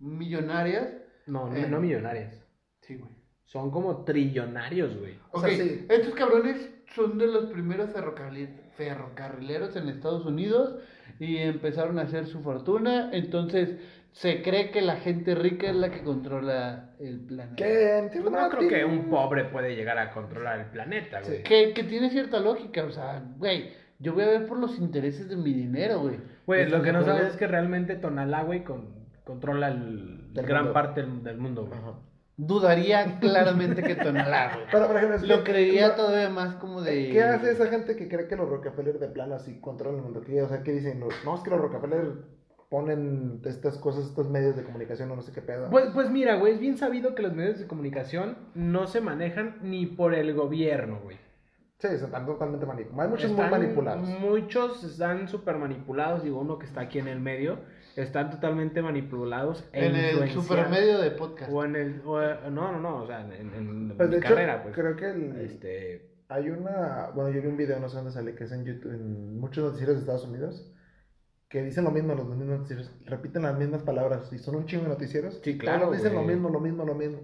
[SPEAKER 1] millonarias.
[SPEAKER 2] No, no,
[SPEAKER 1] Eh.
[SPEAKER 2] no millonarias.
[SPEAKER 1] Sí, güey.
[SPEAKER 2] Son como trillonarios, güey.
[SPEAKER 1] Ok,
[SPEAKER 3] sea, sí.
[SPEAKER 1] estos cabrones son de los primeros ferrocarril- ferrocarrileros en Estados Unidos y empezaron a hacer su fortuna. Entonces, se cree que la gente rica es la que controla el planeta.
[SPEAKER 3] ¿Qué?
[SPEAKER 2] Yo Pues no creo que un pobre puede llegar a controlar el planeta, güey.
[SPEAKER 1] Que, que tiene cierta lógica, o sea, güey, yo voy a ver por los intereses de mi dinero, güey.
[SPEAKER 2] Güey, lo que no sabes
[SPEAKER 3] Ajá.
[SPEAKER 2] es que realmente Tonalá, güey, con- controla el-
[SPEAKER 3] Del
[SPEAKER 2] gran
[SPEAKER 3] mundo.
[SPEAKER 2] parte del, del mundo, güey.
[SPEAKER 3] Ajá.
[SPEAKER 1] Dudaría claramente que Tonalá, güey.
[SPEAKER 3] Pero, por ejemplo, es
[SPEAKER 1] Lo
[SPEAKER 3] que-
[SPEAKER 1] creía
[SPEAKER 3] lo-
[SPEAKER 1] todavía más como de...
[SPEAKER 3] ¿Qué hace esa gente que cree que los Rockefeller de plano así controlan el mundo? ¿Qué? O sea, ¿qué dicen? Los- No, es que los Rockefeller ponen estas cosas, estos medios de comunicación o no sé qué pedo.
[SPEAKER 2] Pues, pues mira, güey, es bien sabido que los medios de comunicación no se manejan ni por el gobierno, güey.
[SPEAKER 3] Sí, están totalmente manipulados. Hay muchos muy
[SPEAKER 2] Están-
[SPEAKER 3] manipulados.
[SPEAKER 2] Muchos están súper manipulados, digo, uno que está aquí en el medio, están totalmente manipulados e
[SPEAKER 1] En el
[SPEAKER 2] influenciados.
[SPEAKER 1] supermedio de podcast.
[SPEAKER 2] O en el. o, eh, no, no, no, o sea, en, en- en
[SPEAKER 3] Pues,
[SPEAKER 2] mi
[SPEAKER 3] de hecho,
[SPEAKER 2] carrera, pues.
[SPEAKER 3] creo que el-
[SPEAKER 2] Este.
[SPEAKER 3] hay una. Bueno, yo vi un video, no sé dónde sale, que es en YouTube, en muchos noticieros de Estados Unidos, que dicen lo mismo, los mismos noticieros, repiten las mismas palabras y son un chingo de noticieros.
[SPEAKER 2] Sí,
[SPEAKER 3] y
[SPEAKER 2] claro,
[SPEAKER 3] Todos dicen lo
[SPEAKER 2] güey.
[SPEAKER 3] mismo, lo mismo, lo mismo.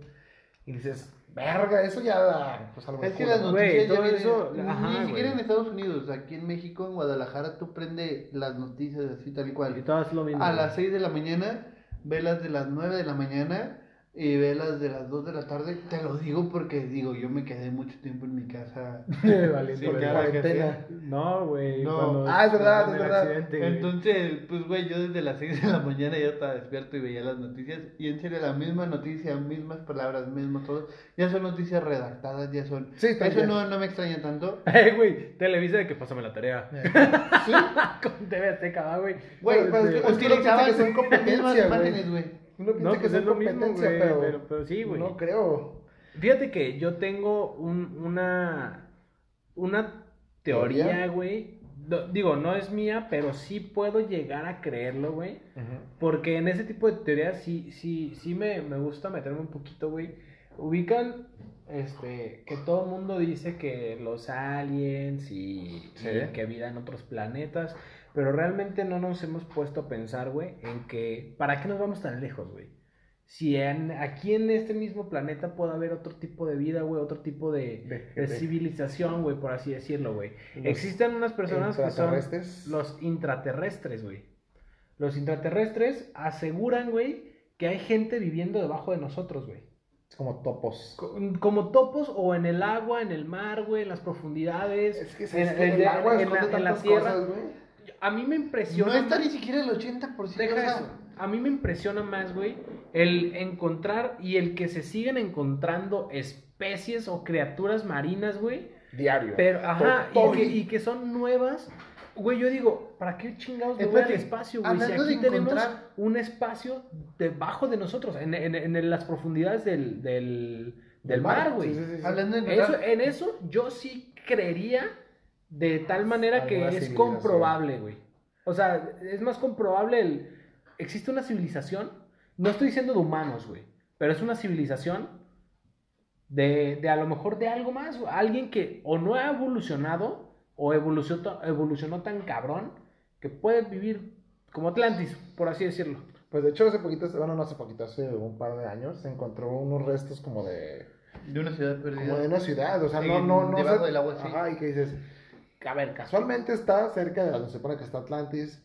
[SPEAKER 3] Y dices, verga, eso ya da. Pues algo
[SPEAKER 1] Es que
[SPEAKER 3] culo,
[SPEAKER 1] las
[SPEAKER 3] ¿no?
[SPEAKER 2] Güey,
[SPEAKER 1] noticias ya
[SPEAKER 2] todo
[SPEAKER 1] vienen-
[SPEAKER 2] eso- ajá,
[SPEAKER 1] ni
[SPEAKER 2] güey.
[SPEAKER 1] siquiera en Estados Unidos, aquí en México, en Guadalajara, tú prende las noticias así tal y
[SPEAKER 2] Y
[SPEAKER 1] cual.
[SPEAKER 2] todas lo mismo.
[SPEAKER 1] A
[SPEAKER 2] güey.
[SPEAKER 1] las 6 de la mañana, velas de las 9 de la mañana y velas de las 2 de la tarde. Te lo digo porque digo, yo me quedé mucho tiempo en mi casa.
[SPEAKER 3] Valiendo
[SPEAKER 1] Sí,
[SPEAKER 3] la
[SPEAKER 1] claro que
[SPEAKER 3] cuarentena.
[SPEAKER 2] No, güey.
[SPEAKER 1] No.
[SPEAKER 2] cuando-
[SPEAKER 3] Ah, es verdad,
[SPEAKER 2] cuando
[SPEAKER 3] es
[SPEAKER 2] el
[SPEAKER 3] verdad.
[SPEAKER 2] accidente, güey.
[SPEAKER 1] Entonces, pues güey, yo desde las 6 de la mañana ya estaba despierto y veía las noticias y en serio la misma noticia, mismas palabras, mismo todo. Ya son noticias redactadas, ya son...
[SPEAKER 3] Sí,
[SPEAKER 1] Eso
[SPEAKER 3] también.
[SPEAKER 1] no, no me extraña tanto.
[SPEAKER 2] Eh, güey, Televisa de que pásame la tarea.
[SPEAKER 1] Sí,
[SPEAKER 2] Con TV Azteca, va, güey. Este,
[SPEAKER 1] Güey,
[SPEAKER 3] Pero
[SPEAKER 1] pues,
[SPEAKER 3] es que- es que uno
[SPEAKER 1] utilizaban
[SPEAKER 3] piensa que son competencia,
[SPEAKER 1] mismas
[SPEAKER 3] güey.
[SPEAKER 1] imágenes, güey.
[SPEAKER 3] Uno
[SPEAKER 2] No,
[SPEAKER 3] piensa que
[SPEAKER 2] pues es
[SPEAKER 3] son
[SPEAKER 2] lo mismo,
[SPEAKER 3] competencia,
[SPEAKER 2] güey.
[SPEAKER 3] pero,
[SPEAKER 2] Pero... pero sí, güey.
[SPEAKER 3] no creo.
[SPEAKER 2] Fíjate que yo tengo un- una, una teoría,
[SPEAKER 3] ¿Teoría?
[SPEAKER 2] güey. No, digo, no es mía, pero sí puedo llegar a creerlo, güey. Porque en ese tipo de teorías sí, sí, sí me, me gusta meterme un poquito, güey. Ubican este, que todo el mundo dice que los aliens y, y
[SPEAKER 3] Sí.
[SPEAKER 2] que vida en otros planetas, pero realmente no nos hemos puesto a pensar, güey, en que, ¿para qué nos vamos tan lejos, güey? Si en, aquí en este mismo planeta puede haber otro tipo de vida, güey, otro tipo de,
[SPEAKER 3] De-
[SPEAKER 2] de
[SPEAKER 3] de-
[SPEAKER 2] civilización, güey, por así decirlo, güey.
[SPEAKER 3] Los
[SPEAKER 2] Existen unas personas que son
[SPEAKER 3] extraterrestres.
[SPEAKER 2] los intraterrestres, güey. Los intraterrestres aseguran, güey, que hay gente viviendo debajo de nosotros, güey.
[SPEAKER 3] como topos.
[SPEAKER 2] Co- Como topos o en el agua, en el mar, güey, en las profundidades.
[SPEAKER 3] Es que
[SPEAKER 2] en,
[SPEAKER 3] ¿sabes qué?
[SPEAKER 2] en-
[SPEAKER 3] el agua
[SPEAKER 2] en la-
[SPEAKER 3] esconde
[SPEAKER 2] en la
[SPEAKER 3] tantas
[SPEAKER 2] tierra.
[SPEAKER 3] cosas, güey.
[SPEAKER 2] A mí me
[SPEAKER 1] No
[SPEAKER 2] impresiona.
[SPEAKER 1] está ni siquiera el 80%.
[SPEAKER 2] Deja
[SPEAKER 1] o sea,
[SPEAKER 2] eso. A mí me impresiona más, güey, el encontrar y el que se siguen encontrando especies o criaturas marinas, güey,
[SPEAKER 3] Diario.
[SPEAKER 2] Pero, ajá, y
[SPEAKER 3] Toy.
[SPEAKER 2] que, y que son nuevas. Güey, yo digo, ¿para qué chingados me voy al
[SPEAKER 1] Espérate,
[SPEAKER 2] espacio, güey? Si
[SPEAKER 1] hablando
[SPEAKER 2] aquí
[SPEAKER 1] de
[SPEAKER 2] tenemos
[SPEAKER 1] encontrar-
[SPEAKER 2] un espacio debajo de nosotros, en, en- en las profundidades del, del, del mar, güey.
[SPEAKER 3] Sí, sí, sí, sí.
[SPEAKER 1] Hablando de
[SPEAKER 2] Eso-
[SPEAKER 1] encontrar-
[SPEAKER 2] en eso yo sí creería de tal manera que
[SPEAKER 3] Alguna
[SPEAKER 2] es
[SPEAKER 3] civilización.
[SPEAKER 2] comprobable, güey. O sea, es más comprobable el... Existe una civilización, no estoy diciendo de humanos, güey, pero es una civilización de, de a lo mejor de algo más, güey. alguien que o no ha evolucionado o evolucionó, evolucionó tan cabrón que puede vivir como Atlantis, por así decirlo.
[SPEAKER 3] Pues de hecho hace poquito, bueno no hace poquito, hace un par de años se encontró unos restos como de,
[SPEAKER 1] De una ciudad
[SPEAKER 3] como de
[SPEAKER 1] perdida.
[SPEAKER 3] una ciudad, o sea,
[SPEAKER 1] Sí,
[SPEAKER 3] no, no, no.
[SPEAKER 1] debajo
[SPEAKER 3] o sea,
[SPEAKER 1] del agua, sí.
[SPEAKER 3] Ajá, y que dices,
[SPEAKER 2] A ver, casual.
[SPEAKER 3] casualmente está cerca de donde se supone que está Atlantis,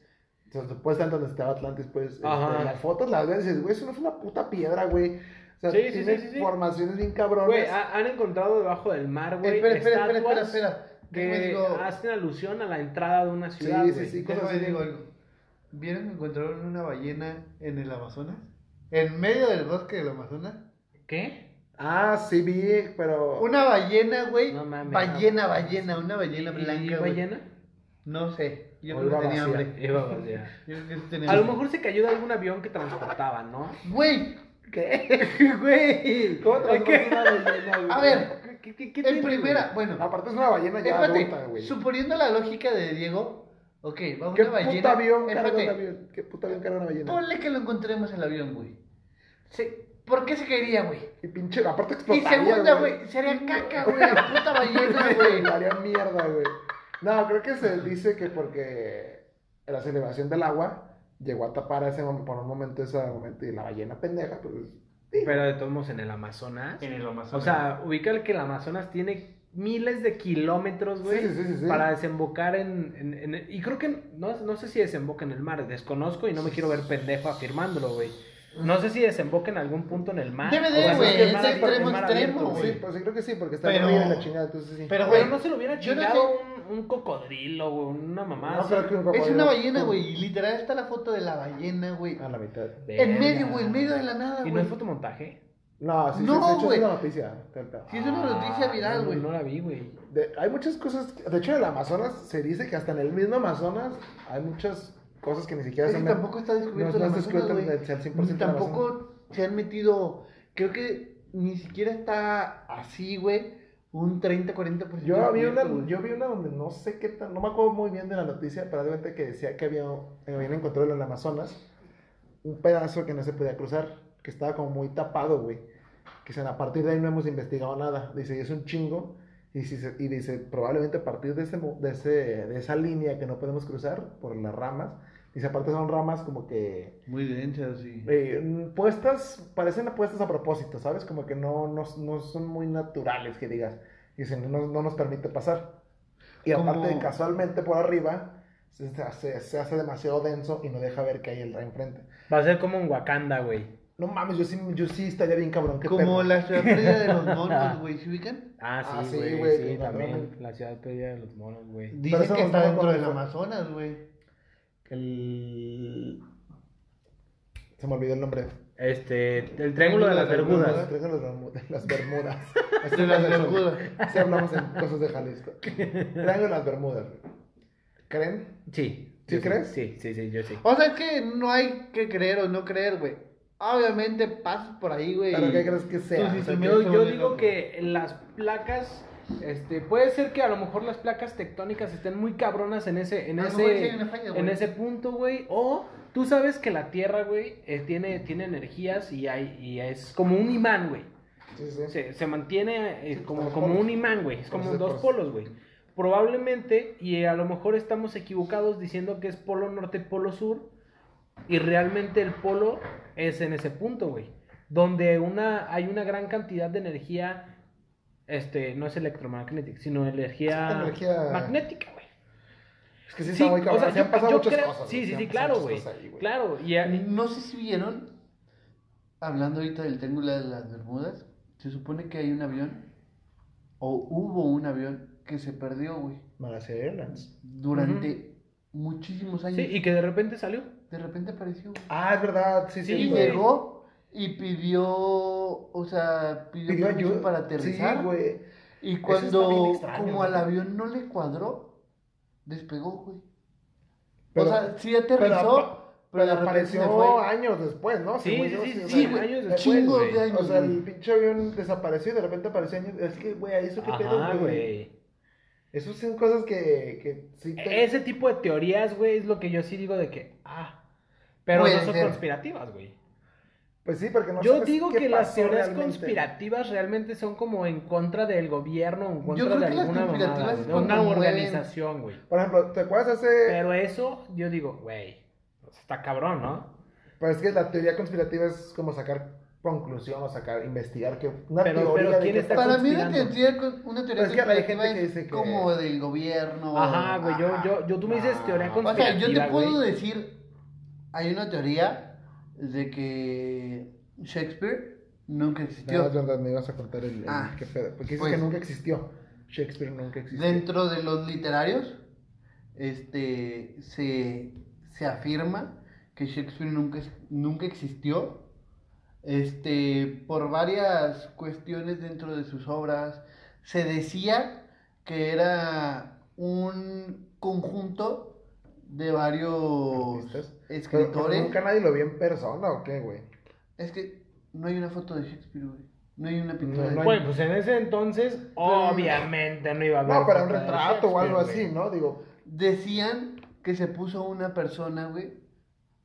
[SPEAKER 3] o sea, supuestamente donde estaba Atlantis, pues, este,
[SPEAKER 2] Ajá.
[SPEAKER 3] las fotos las ves y dices, güey, eso no fue una puta piedra, güey. O sea,
[SPEAKER 2] Sí, sí,
[SPEAKER 3] tiene
[SPEAKER 2] sí, sí, sí.
[SPEAKER 3] formaciones bien cabrones.
[SPEAKER 2] Güey,
[SPEAKER 1] ah.
[SPEAKER 2] ha- han encontrado debajo del mar, güey.
[SPEAKER 1] espera, espera, espera, espera,
[SPEAKER 2] estatuas
[SPEAKER 1] espera. Déjame
[SPEAKER 2] que
[SPEAKER 1] digo,
[SPEAKER 2] hacen alusión a la entrada de una
[SPEAKER 3] Sí,
[SPEAKER 2] ciudad,
[SPEAKER 3] sí,
[SPEAKER 2] güey.
[SPEAKER 3] sí, cosas
[SPEAKER 1] déjame
[SPEAKER 3] así.
[SPEAKER 1] digo algo. ¿Vieron que encontraron una ballena en el Amazonas? En medio del bosque del Amazonas.
[SPEAKER 2] ¿Qué?
[SPEAKER 3] Ah, sí vi, pero...
[SPEAKER 1] Una ballena, güey.
[SPEAKER 2] No mames.
[SPEAKER 1] ballena, ballena, una ballena
[SPEAKER 2] ¿Y
[SPEAKER 1] blanca, güey.
[SPEAKER 2] ballena?
[SPEAKER 1] No sé. Yo
[SPEAKER 3] O
[SPEAKER 1] creo
[SPEAKER 3] iba
[SPEAKER 1] que tenía
[SPEAKER 3] vacía.
[SPEAKER 1] hambre.
[SPEAKER 2] Iba vacía.
[SPEAKER 1] Yo creo que tenía
[SPEAKER 2] A lo
[SPEAKER 1] hambre.
[SPEAKER 2] mejor se cayó de algún avión que transportaba, ¿no?
[SPEAKER 1] Güey,
[SPEAKER 2] ¿Qué? Güey.
[SPEAKER 3] ¿Cómo te
[SPEAKER 2] ¿Qué?
[SPEAKER 3] una ballena, güey?
[SPEAKER 1] A ver,
[SPEAKER 2] ¿Qué, qué, qué
[SPEAKER 1] en
[SPEAKER 2] tiene,
[SPEAKER 1] primera,
[SPEAKER 2] güey? Ah,
[SPEAKER 1] bueno,
[SPEAKER 3] Aparte es una ballena ya
[SPEAKER 1] espérate,
[SPEAKER 3] adulta, güey.
[SPEAKER 1] suponiendo la lógica de Diego, ok, va
[SPEAKER 3] ¿Qué
[SPEAKER 1] una
[SPEAKER 3] puta
[SPEAKER 1] ballena.
[SPEAKER 3] avión carga
[SPEAKER 1] espérate,
[SPEAKER 3] un avión? ¿Qué puta avión carga una ballena?
[SPEAKER 1] Ponle que lo encontremos en el avión, güey. Se- ¿Por qué se caería, güey?
[SPEAKER 3] Y pinche, aparte
[SPEAKER 1] Y
[SPEAKER 3] explotaría,
[SPEAKER 1] segunda, güey, sería caca, güey, la puta ballena, güey.
[SPEAKER 3] Le haría mierda, güey. No, creo que se dice que porque la celebración del agua llegó a tapar ese mom- por un momento ese momento y la ballena pendeja, pues
[SPEAKER 2] Pero de todos modos en el Amazonas.
[SPEAKER 1] En el Amazonas.
[SPEAKER 2] O sea, ubica el que el Amazonas tiene miles de kilómetros, güey,
[SPEAKER 3] Sí, sí, sí, sí, sí.
[SPEAKER 2] para desembocar en, en- en- Y creo que... No, no sé si desemboca en el mar, desconozco y no me quiero ver pendejo afirmándolo, güey. No sé si desemboca en algún punto en el mar.
[SPEAKER 1] Debe de,
[SPEAKER 2] o sea,
[SPEAKER 1] güey,
[SPEAKER 2] en el
[SPEAKER 1] es
[SPEAKER 2] mar
[SPEAKER 1] de
[SPEAKER 2] abierto,
[SPEAKER 1] extremo
[SPEAKER 2] en el mar
[SPEAKER 1] a extremo,
[SPEAKER 2] abierto,
[SPEAKER 1] güey.
[SPEAKER 3] sí, pues sí creo que sí, porque está en
[SPEAKER 1] Pero-
[SPEAKER 3] medio de la chingada, entonces sí.
[SPEAKER 1] pero,
[SPEAKER 2] Pero
[SPEAKER 1] güey,
[SPEAKER 2] no se lo hubiera
[SPEAKER 1] yo no
[SPEAKER 2] chingado un, un cocodrilo, güey, una mamá.
[SPEAKER 3] No
[SPEAKER 2] así.
[SPEAKER 3] creo que un
[SPEAKER 1] es
[SPEAKER 3] cocodrilo-
[SPEAKER 1] una ballena, güey, y literal está la foto de la ballena, güey.
[SPEAKER 3] A la mitad.
[SPEAKER 1] En
[SPEAKER 2] Verga.
[SPEAKER 1] medio, güey, en medio de la nada,
[SPEAKER 2] ¿Y no
[SPEAKER 1] güey.
[SPEAKER 2] es fotomontaje?
[SPEAKER 3] No, sí, sí,
[SPEAKER 1] No,
[SPEAKER 3] de hecho
[SPEAKER 1] güey.
[SPEAKER 3] es una noticia. tal, tal.
[SPEAKER 1] Sí, es una noticia
[SPEAKER 2] Ah,
[SPEAKER 1] viral,
[SPEAKER 2] no,
[SPEAKER 1] güey.
[SPEAKER 2] No, la vi, güey.
[SPEAKER 3] De- hay muchas cosas, que- de hecho en el Amazonas se dice que hasta en el mismo Amazonas hay muchas cosas que ni siquiera
[SPEAKER 1] Es que
[SPEAKER 3] son...
[SPEAKER 1] tampoco está descubierto
[SPEAKER 3] no
[SPEAKER 1] la
[SPEAKER 3] está descubierto
[SPEAKER 1] Amazonas, güey.
[SPEAKER 3] el- el 100%
[SPEAKER 1] Ni
[SPEAKER 3] del
[SPEAKER 1] Tampoco se han metido, creo que ni siquiera está así, güey, un 30, 40%.
[SPEAKER 3] Yo vi,
[SPEAKER 1] pues, descubierto,
[SPEAKER 3] una,
[SPEAKER 1] güey.
[SPEAKER 3] yo vi una donde no sé qué tan, no me acuerdo muy bien de la noticia, pero de repente que decía que había, habían encontrado en el Amazonas un pedazo que no se podía cruzar, que estaba como muy tapado, güey. Que dicen, a partir de ahí no hemos investigado nada. Dice, y es un chingo. Y, si se- y dice, probablemente a partir de, ese, mo- de, ese, de esa línea que no podemos cruzar por las ramas. Dice, aparte son ramas como que
[SPEAKER 1] Muy densas, sí.
[SPEAKER 3] eh, mm, puestas, parecen puestas a propósito, ¿sabes? Como que no, no, no son muy naturales, que digas. Dicen, no, no nos permite pasar. Y
[SPEAKER 1] Como-
[SPEAKER 3] aparte, casualmente por arriba, se, se hace, se hace demasiado denso y no deja ver que hay el rey enfrente.
[SPEAKER 2] Va a ser como en Wakanda, güey.
[SPEAKER 3] No mames, yo sí, yo sí estaría bien cabrón. qué
[SPEAKER 1] Como
[SPEAKER 3] perro.
[SPEAKER 1] la pérdida de los monos, güey, ¿se ubican?
[SPEAKER 2] Ah,
[SPEAKER 3] Ah,
[SPEAKER 2] sí,
[SPEAKER 3] sí,
[SPEAKER 2] güey.
[SPEAKER 3] güey,
[SPEAKER 2] sí,
[SPEAKER 3] que
[SPEAKER 2] también.
[SPEAKER 3] mandaron-
[SPEAKER 2] La ciudad perdida de los monos, güey.
[SPEAKER 1] Dicen
[SPEAKER 3] eso
[SPEAKER 1] que
[SPEAKER 3] no
[SPEAKER 1] está
[SPEAKER 3] estaba
[SPEAKER 1] dentro del
[SPEAKER 3] conmigo.
[SPEAKER 1] Amazonas, güey.
[SPEAKER 3] El- Se me olvidó el nombre.
[SPEAKER 2] Este, el Triángulo de las Bermudas.
[SPEAKER 3] Creo que los Bermu- de las Bermudas.
[SPEAKER 1] De las Bermudas.
[SPEAKER 3] Sí hablamos en cosas de Jalisco. Triángulo de las Bermudas. ¿Creen?
[SPEAKER 2] Sí.
[SPEAKER 3] ¿Sí
[SPEAKER 2] yo
[SPEAKER 3] crees?
[SPEAKER 2] Sí, sí, sí, yo sí.
[SPEAKER 1] O sea, es que no hay que creer o no creer, güey. Obviamente pasas por ahí, güey.
[SPEAKER 3] ¿Pero
[SPEAKER 1] y-
[SPEAKER 3] qué crees que sea?
[SPEAKER 1] Tú sí
[SPEAKER 3] O sea,
[SPEAKER 1] te
[SPEAKER 3] ¿qué-
[SPEAKER 2] Yo,
[SPEAKER 1] se
[SPEAKER 2] yo
[SPEAKER 1] vuelve
[SPEAKER 2] digo
[SPEAKER 1] loco.
[SPEAKER 2] que las placas, este, puede ser que a lo mejor las placas tectónicas estén muy cabronas en ese, en
[SPEAKER 1] A lo mejor sí
[SPEAKER 2] ese,
[SPEAKER 1] hay una falla,
[SPEAKER 2] en
[SPEAKER 1] güey.
[SPEAKER 2] ese punto, güey. O tú sabes que la Tierra, güey, eh, tiene, tiene energías y hay, y es como un imán, güey.
[SPEAKER 3] Sí, sí.
[SPEAKER 2] Se, se mantiene eh,
[SPEAKER 3] Sí,
[SPEAKER 2] como,
[SPEAKER 3] dos
[SPEAKER 2] como
[SPEAKER 3] polos.
[SPEAKER 2] un imán, güey. Es como
[SPEAKER 3] Por eso,
[SPEAKER 2] dos
[SPEAKER 3] por eso.
[SPEAKER 2] polos, güey. Probablemente, y eh, a lo mejor estamos equivocados diciendo que es polo norte, polo sur. Y realmente el polo es en ese punto, güey. Donde una, hay una gran cantidad de energía. Este, no es electromagnética, sino energía,
[SPEAKER 3] Energía-
[SPEAKER 2] magnética, güey.
[SPEAKER 3] Es que sí, está muy cabrón.
[SPEAKER 2] o sea,
[SPEAKER 3] se han
[SPEAKER 2] yo-
[SPEAKER 3] pasado
[SPEAKER 2] yo
[SPEAKER 3] muchas
[SPEAKER 2] creo-
[SPEAKER 3] cosas.
[SPEAKER 2] Sí,
[SPEAKER 3] se
[SPEAKER 2] sí,
[SPEAKER 3] han
[SPEAKER 2] sí,
[SPEAKER 3] pasado
[SPEAKER 2] claro,
[SPEAKER 3] muchas
[SPEAKER 2] güey.
[SPEAKER 3] cosas ahí, güey.
[SPEAKER 2] Claro, y, a-
[SPEAKER 1] No sé si vieron, hablando ahorita del Triángulo de las Bermudas, se supone que hay un avión, o hubo un avión que se perdió, güey,
[SPEAKER 3] Malasia Airlines.
[SPEAKER 1] durante muchísimos años.
[SPEAKER 2] sí, y que de repente salió.
[SPEAKER 1] De repente apareció, güey.
[SPEAKER 3] Ah, es verdad. Sí, sí.
[SPEAKER 1] y
[SPEAKER 2] Sí,
[SPEAKER 3] güey.
[SPEAKER 1] llegó y pidió, o sea, pidió,
[SPEAKER 3] Pidió
[SPEAKER 1] permiso
[SPEAKER 3] ayuda.
[SPEAKER 1] para aterrizar.
[SPEAKER 3] Sí, güey.
[SPEAKER 1] Y
[SPEAKER 3] está bien
[SPEAKER 1] cuando,
[SPEAKER 3] extraño,
[SPEAKER 1] como
[SPEAKER 3] güey.
[SPEAKER 1] al avión no le cuadró, despegó, güey.
[SPEAKER 3] Pero-
[SPEAKER 1] o sea, sí
[SPEAKER 3] Pero,
[SPEAKER 1] aterrizó, pero,
[SPEAKER 3] pero
[SPEAKER 1] de repente se
[SPEAKER 3] apareció
[SPEAKER 1] fue.
[SPEAKER 3] años después, ¿no?
[SPEAKER 2] Sí,
[SPEAKER 3] Según
[SPEAKER 2] sí,
[SPEAKER 3] yo,
[SPEAKER 2] sí,
[SPEAKER 3] o
[SPEAKER 2] sí,
[SPEAKER 3] sea,
[SPEAKER 1] güey,
[SPEAKER 2] años después,
[SPEAKER 1] chingos
[SPEAKER 2] güey.
[SPEAKER 1] de años.
[SPEAKER 3] O sea,
[SPEAKER 1] güey.
[SPEAKER 3] el pinche avión desapareció y de repente apareció años. Es que, güey, eso qué
[SPEAKER 2] Ajá,
[SPEAKER 3] pedo,
[SPEAKER 2] güey.
[SPEAKER 3] Esas son cosas que, que sí te-
[SPEAKER 2] Ese tipo de teorías, güey, es lo que yo sí digo de que, ah, pero
[SPEAKER 1] Puede
[SPEAKER 2] no son
[SPEAKER 1] ser.
[SPEAKER 2] conspirativas, güey.
[SPEAKER 3] Pues sí, porque no
[SPEAKER 2] yo
[SPEAKER 3] sabes
[SPEAKER 2] digo
[SPEAKER 3] qué
[SPEAKER 2] que las
[SPEAKER 3] pasó
[SPEAKER 2] teorías
[SPEAKER 3] realmente.
[SPEAKER 2] conspirativas realmente son como en contra del gobierno, en contra
[SPEAKER 1] creo
[SPEAKER 2] de
[SPEAKER 1] que las
[SPEAKER 2] alguna mamada,
[SPEAKER 1] conspirativas
[SPEAKER 2] güey,
[SPEAKER 1] es
[SPEAKER 2] de una
[SPEAKER 1] cuando mueven-
[SPEAKER 2] organización, güey.
[SPEAKER 3] Por ejemplo, ¿te acuerdas hace...?
[SPEAKER 2] Pero eso, yo digo, güey, pues, está cabrón, ¿no?
[SPEAKER 3] Pues es que la teoría conspirativa es como sacar conclusión o sacar, investigar que una
[SPEAKER 2] Pero-
[SPEAKER 3] teoría
[SPEAKER 2] pero
[SPEAKER 3] de
[SPEAKER 2] ¿quién
[SPEAKER 3] qué
[SPEAKER 2] está
[SPEAKER 3] pasó.
[SPEAKER 1] Para mí la
[SPEAKER 2] conspirando.
[SPEAKER 1] teoría, con- una teoría
[SPEAKER 3] Pero es que hay gente
[SPEAKER 1] conspirativa
[SPEAKER 3] que
[SPEAKER 1] es
[SPEAKER 3] dice que-
[SPEAKER 1] como del gobierno.
[SPEAKER 2] Ajá, güey, yo,
[SPEAKER 3] ajá.
[SPEAKER 2] yo, yo, tú me dices
[SPEAKER 3] Ah.
[SPEAKER 2] teoría
[SPEAKER 3] O sea,
[SPEAKER 1] O sea,
[SPEAKER 2] conspirativa,
[SPEAKER 1] yo te puedo
[SPEAKER 2] güey.
[SPEAKER 1] decir, hay una teoría de que Shakespeare nunca
[SPEAKER 3] No,
[SPEAKER 1] existió.
[SPEAKER 3] es verdad, me ibas a contar el, el
[SPEAKER 1] Ah,
[SPEAKER 3] qué pedo. Porque dices
[SPEAKER 1] pues.
[SPEAKER 3] que nunca existió. Shakespeare nunca existió.
[SPEAKER 1] Dentro de los literarios, este, se, se afirma que Shakespeare nunca, es- nunca existió, este, por varias cuestiones dentro de sus obras. Se decía que era un conjunto de varios
[SPEAKER 3] Artistas. Pero- pero
[SPEAKER 1] escritores.
[SPEAKER 3] nunca nadie lo vio en persona o qué, güey.
[SPEAKER 1] Es que No hay una foto de Shakespeare, güey. No hay una pintura
[SPEAKER 3] No,
[SPEAKER 1] de
[SPEAKER 3] no hay-
[SPEAKER 1] Shakespeare.
[SPEAKER 2] Güey, pues en ese entonces, obviamente no iba a haber.
[SPEAKER 3] No, para un
[SPEAKER 2] foto de
[SPEAKER 3] retrato o algo
[SPEAKER 2] Shakespeare,
[SPEAKER 3] así, ¿no? Digo,
[SPEAKER 1] Decían que se puso una persona, güey,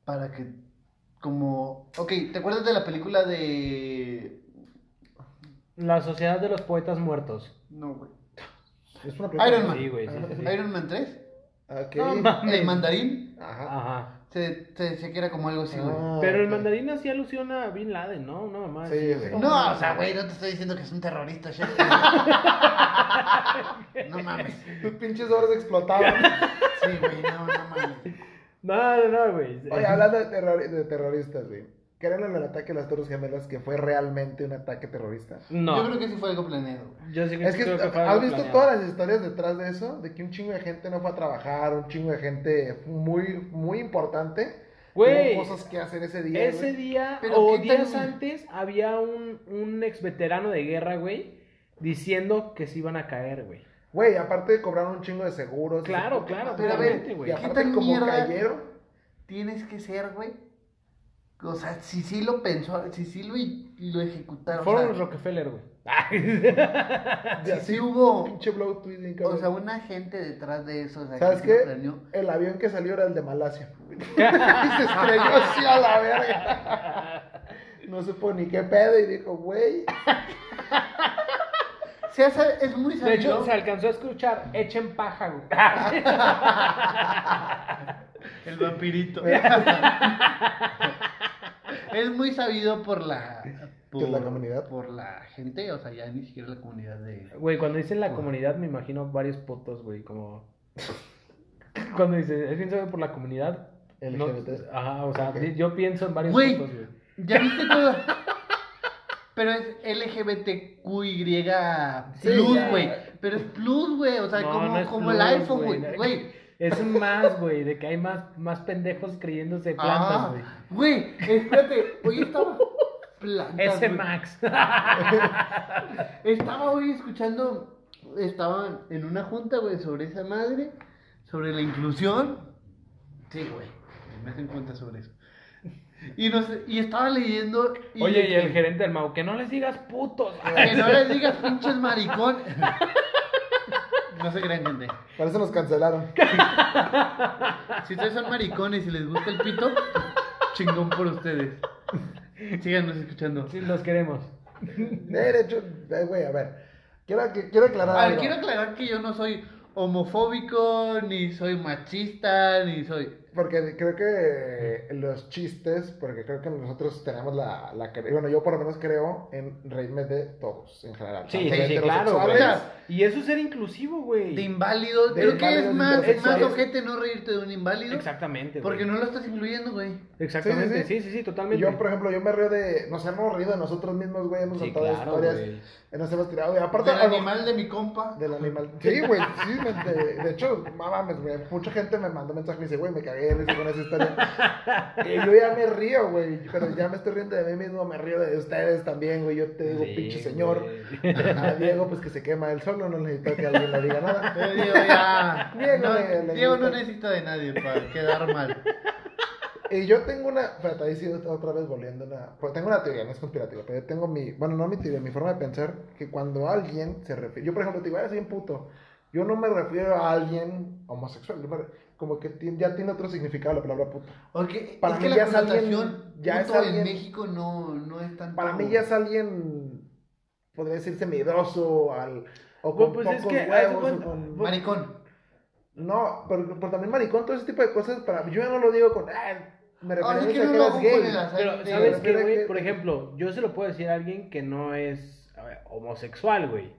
[SPEAKER 1] para que. Como. Ok, ¿te acuerdas de la película de.
[SPEAKER 2] güey. La sociedad de los poetas muertos.
[SPEAKER 1] No, güey.
[SPEAKER 3] es una
[SPEAKER 1] Iron Man.
[SPEAKER 2] Sí, güey, sí, sí, sí.
[SPEAKER 1] Iron Man 3.
[SPEAKER 3] Ok.
[SPEAKER 2] No mames.
[SPEAKER 1] El mandarín.
[SPEAKER 3] Ajá.
[SPEAKER 2] Ajá.
[SPEAKER 1] Se, se decía que era como algo así, güey.
[SPEAKER 3] Ah,
[SPEAKER 2] Pero el
[SPEAKER 3] ok.
[SPEAKER 2] mandarín así alusiona a Bin Laden, ¿no? Una mamá.
[SPEAKER 3] Sí,
[SPEAKER 2] así,
[SPEAKER 3] sí.
[SPEAKER 2] güey.
[SPEAKER 1] No, o sea, güey, no te estoy diciendo que es un terrorista, Shakespeare. no mames.
[SPEAKER 3] Tus pinches obras explotaban.
[SPEAKER 1] Sí, güey, no, no mames.
[SPEAKER 2] No, no, no, güey. Eh,
[SPEAKER 3] Oye, hablando de, terror- de terroristas, güey. ¿Creen en el ataque a las Torres Gemelas que fue realmente un ataque terrorista?
[SPEAKER 2] No.
[SPEAKER 1] Yo creo que sí fue algo planeado, güey.
[SPEAKER 2] Yo sí que
[SPEAKER 3] Es que,
[SPEAKER 2] creo que fue
[SPEAKER 3] ¿has
[SPEAKER 2] algo
[SPEAKER 3] visto
[SPEAKER 2] planeado.
[SPEAKER 3] todas las historias detrás de eso? De que un chingo de gente no fue a trabajar, un chingo de gente muy, muy importante.
[SPEAKER 2] Güey,
[SPEAKER 3] Tuvo cosas que hacer ese día.
[SPEAKER 2] Ese
[SPEAKER 3] güey.
[SPEAKER 2] día
[SPEAKER 1] Pero
[SPEAKER 2] o
[SPEAKER 1] ¿qué
[SPEAKER 2] días
[SPEAKER 1] tal?
[SPEAKER 2] antes había un, un ex veterano de guerra, güey, diciendo que se iban a caer, güey.
[SPEAKER 3] Güey, aparte cobraron un chingo de seguros.
[SPEAKER 2] Claro,
[SPEAKER 3] y-
[SPEAKER 2] claro,
[SPEAKER 1] Pero a ver,
[SPEAKER 2] claramente,
[SPEAKER 3] Y
[SPEAKER 2] güey.
[SPEAKER 1] ya-
[SPEAKER 3] aparte
[SPEAKER 1] tan
[SPEAKER 3] como
[SPEAKER 1] mierda?
[SPEAKER 3] cayeron.
[SPEAKER 1] Tienes que ser, güey. O sea, si sí lo pensó, si sí lo, y lo ejecutaron.
[SPEAKER 2] Fueron
[SPEAKER 1] o
[SPEAKER 2] los
[SPEAKER 1] sea,
[SPEAKER 2] Rockefeller, güey.
[SPEAKER 1] si
[SPEAKER 3] Ya,
[SPEAKER 1] sí
[SPEAKER 3] sí,
[SPEAKER 1] hubo,
[SPEAKER 3] Pinche blow tweeting, cabrón.
[SPEAKER 1] o sea, una gente detrás de eso. O sea,
[SPEAKER 3] ¿Sabes
[SPEAKER 1] que sí lo
[SPEAKER 3] qué?
[SPEAKER 1] planeó.
[SPEAKER 3] El avión que salió era el de Malasia. y se estrelló así a la verga. No supo ni qué pedo y dijo, güey.
[SPEAKER 1] Sí, o sea, es muy
[SPEAKER 2] De
[SPEAKER 1] sabido.
[SPEAKER 2] hecho, se alcanzó a escuchar, echen paja, güey.
[SPEAKER 1] El vampirito. es muy sabido por la.
[SPEAKER 3] ¿Por la comunidad?
[SPEAKER 1] Por la gente, o sea, ya ni siquiera la comunidad de.
[SPEAKER 2] Güey, cuando dicen la comunidad me imagino varios putos, güey, como... Cuando dicen, es bien sabido por la comunidad. no-
[SPEAKER 3] LGBT.
[SPEAKER 2] ajá, o sea,
[SPEAKER 3] Ok.
[SPEAKER 2] di- yo pienso en varios
[SPEAKER 1] Güey.
[SPEAKER 2] putos, güey.
[SPEAKER 1] Ya viste todo. Pero es LGBTQY
[SPEAKER 3] Sí,
[SPEAKER 1] plus,
[SPEAKER 3] ya.
[SPEAKER 1] güey. Pero es plus, güey. O sea,
[SPEAKER 2] No,
[SPEAKER 1] como,
[SPEAKER 2] no es
[SPEAKER 1] como el
[SPEAKER 2] plus,
[SPEAKER 1] iPhone,
[SPEAKER 2] güey.
[SPEAKER 1] güey. Güey.
[SPEAKER 2] Es un más, güey, de que hay más, más pendejos creyéndose plantas,
[SPEAKER 1] Ah, güey,
[SPEAKER 2] güey.
[SPEAKER 1] espérate. Hoy estaba. Plantas,
[SPEAKER 2] Ese
[SPEAKER 1] güey.
[SPEAKER 2] Max.
[SPEAKER 1] Estaba hoy escuchando, estaban en una junta, güey, sobre esa madre, sobre la inclusión. Sí, güey, me hacen cuenta sobre eso. Y, nos, y estaba leyendo. y-
[SPEAKER 2] Oye, y el gerente del Mau, que no les digas putos.
[SPEAKER 1] Que no les digas pinches maricón. No se crean, gente.
[SPEAKER 3] Parece nos cancelaron.
[SPEAKER 1] Si ustedes son maricones y les gusta el pito, chingón por ustedes. Síganos escuchando.
[SPEAKER 2] Sí, los queremos.
[SPEAKER 3] De hecho, eh, güey, a ver. Quiero, que- quiero aclarar.
[SPEAKER 1] A ver,
[SPEAKER 3] algo.
[SPEAKER 1] quiero aclarar que yo no soy homofóbico, ni soy machista, ni soy.
[SPEAKER 3] Porque creo que los chistes, porque creo que nosotros tenemos la, la cre- Bueno, yo por lo menos creo en reírme de todos, en general.
[SPEAKER 2] Sí,
[SPEAKER 3] tanto
[SPEAKER 2] sí,
[SPEAKER 3] de
[SPEAKER 2] sí, claro, güey.
[SPEAKER 3] heterosexuales,
[SPEAKER 2] Y eso es ser inclusivo, güey.
[SPEAKER 1] De inválidos.
[SPEAKER 3] De
[SPEAKER 1] Creo que
[SPEAKER 3] inválidos,
[SPEAKER 1] es más, es más
[SPEAKER 3] intersexuales.
[SPEAKER 1] ojete no reírte de un inválido.
[SPEAKER 2] Exactamente, güey.
[SPEAKER 1] Porque no lo estás incluyendo, güey.
[SPEAKER 2] Exactamente,
[SPEAKER 3] Sí, sí,
[SPEAKER 2] sí, sí, sí, totalmente.
[SPEAKER 3] Yo, por ejemplo, yo me río de. Nos hemos reído de nosotros mismos, güey. Hemos
[SPEAKER 2] Sí,
[SPEAKER 3] contado
[SPEAKER 2] claro,
[SPEAKER 3] historias.
[SPEAKER 2] güey.
[SPEAKER 3] eh, Nos hemos tirado. Y aparte,
[SPEAKER 1] Del
[SPEAKER 3] a lo-
[SPEAKER 1] animal de mi compa.
[SPEAKER 3] Del animal. Sí, güey. Sí, me- de, de hecho, no mames, güey. Mucha gente me mandó mensaje y me dice, güey, me cagué de risa con esa historia. Y yo ya me río, güey. Pero ya me estoy riendo de mí mismo. Me río de ustedes también, güey. Yo te digo,
[SPEAKER 2] Sí,
[SPEAKER 3] pinche señor.
[SPEAKER 2] güey.
[SPEAKER 3] A Diego, pues que se quema él solo. No necesito que alguien le diga nada.
[SPEAKER 1] Eh, Diego, ya.
[SPEAKER 3] Diego,
[SPEAKER 1] no,
[SPEAKER 3] le- le
[SPEAKER 1] Diego no
[SPEAKER 3] gusta.
[SPEAKER 1] necesita de nadie para quedar mal.
[SPEAKER 3] Y yo tengo una. Espérate, ahí sí, otra vez volviendo. Una, pues tengo una teoría, no es conspirativa. Pero yo tengo mi. Bueno, no mi teoría, mi forma de pensar. Que cuando alguien se refiere. Yo, por ejemplo, te digo, "Ah, soy un puto. Yo no me refiero a alguien homosexual. yo me re- como que ti- ya tiene otro significado la palabra puto.
[SPEAKER 1] Porque
[SPEAKER 3] Para
[SPEAKER 1] es
[SPEAKER 3] mí
[SPEAKER 1] que la
[SPEAKER 3] ya es alguien-
[SPEAKER 1] connotación
[SPEAKER 3] ya es
[SPEAKER 1] puto en
[SPEAKER 3] alguien-
[SPEAKER 1] México no, no es tan.
[SPEAKER 3] Para mí ya es alguien, podría decirse miedoso, al, o
[SPEAKER 2] Güey,
[SPEAKER 3] con
[SPEAKER 2] pues es
[SPEAKER 3] pocos
[SPEAKER 2] que, haz de
[SPEAKER 3] huevos, o
[SPEAKER 2] cuenta-
[SPEAKER 3] con-
[SPEAKER 1] Maricón.
[SPEAKER 3] No, pero, pero también maricón, todo ese tipo de cosas, para yo ya no lo digo con, ah, me refiero
[SPEAKER 1] Ahora
[SPEAKER 3] a
[SPEAKER 1] sí
[SPEAKER 3] que
[SPEAKER 1] que no lo
[SPEAKER 3] eres
[SPEAKER 1] hago
[SPEAKER 3] gay.
[SPEAKER 1] con el azar
[SPEAKER 2] Pero,
[SPEAKER 1] de-
[SPEAKER 2] ¿sabes qué,
[SPEAKER 3] Pero
[SPEAKER 2] güey?
[SPEAKER 3] que-
[SPEAKER 2] Por ejemplo, yo se lo puedo decir a alguien que no es a ver, homosexual, güey.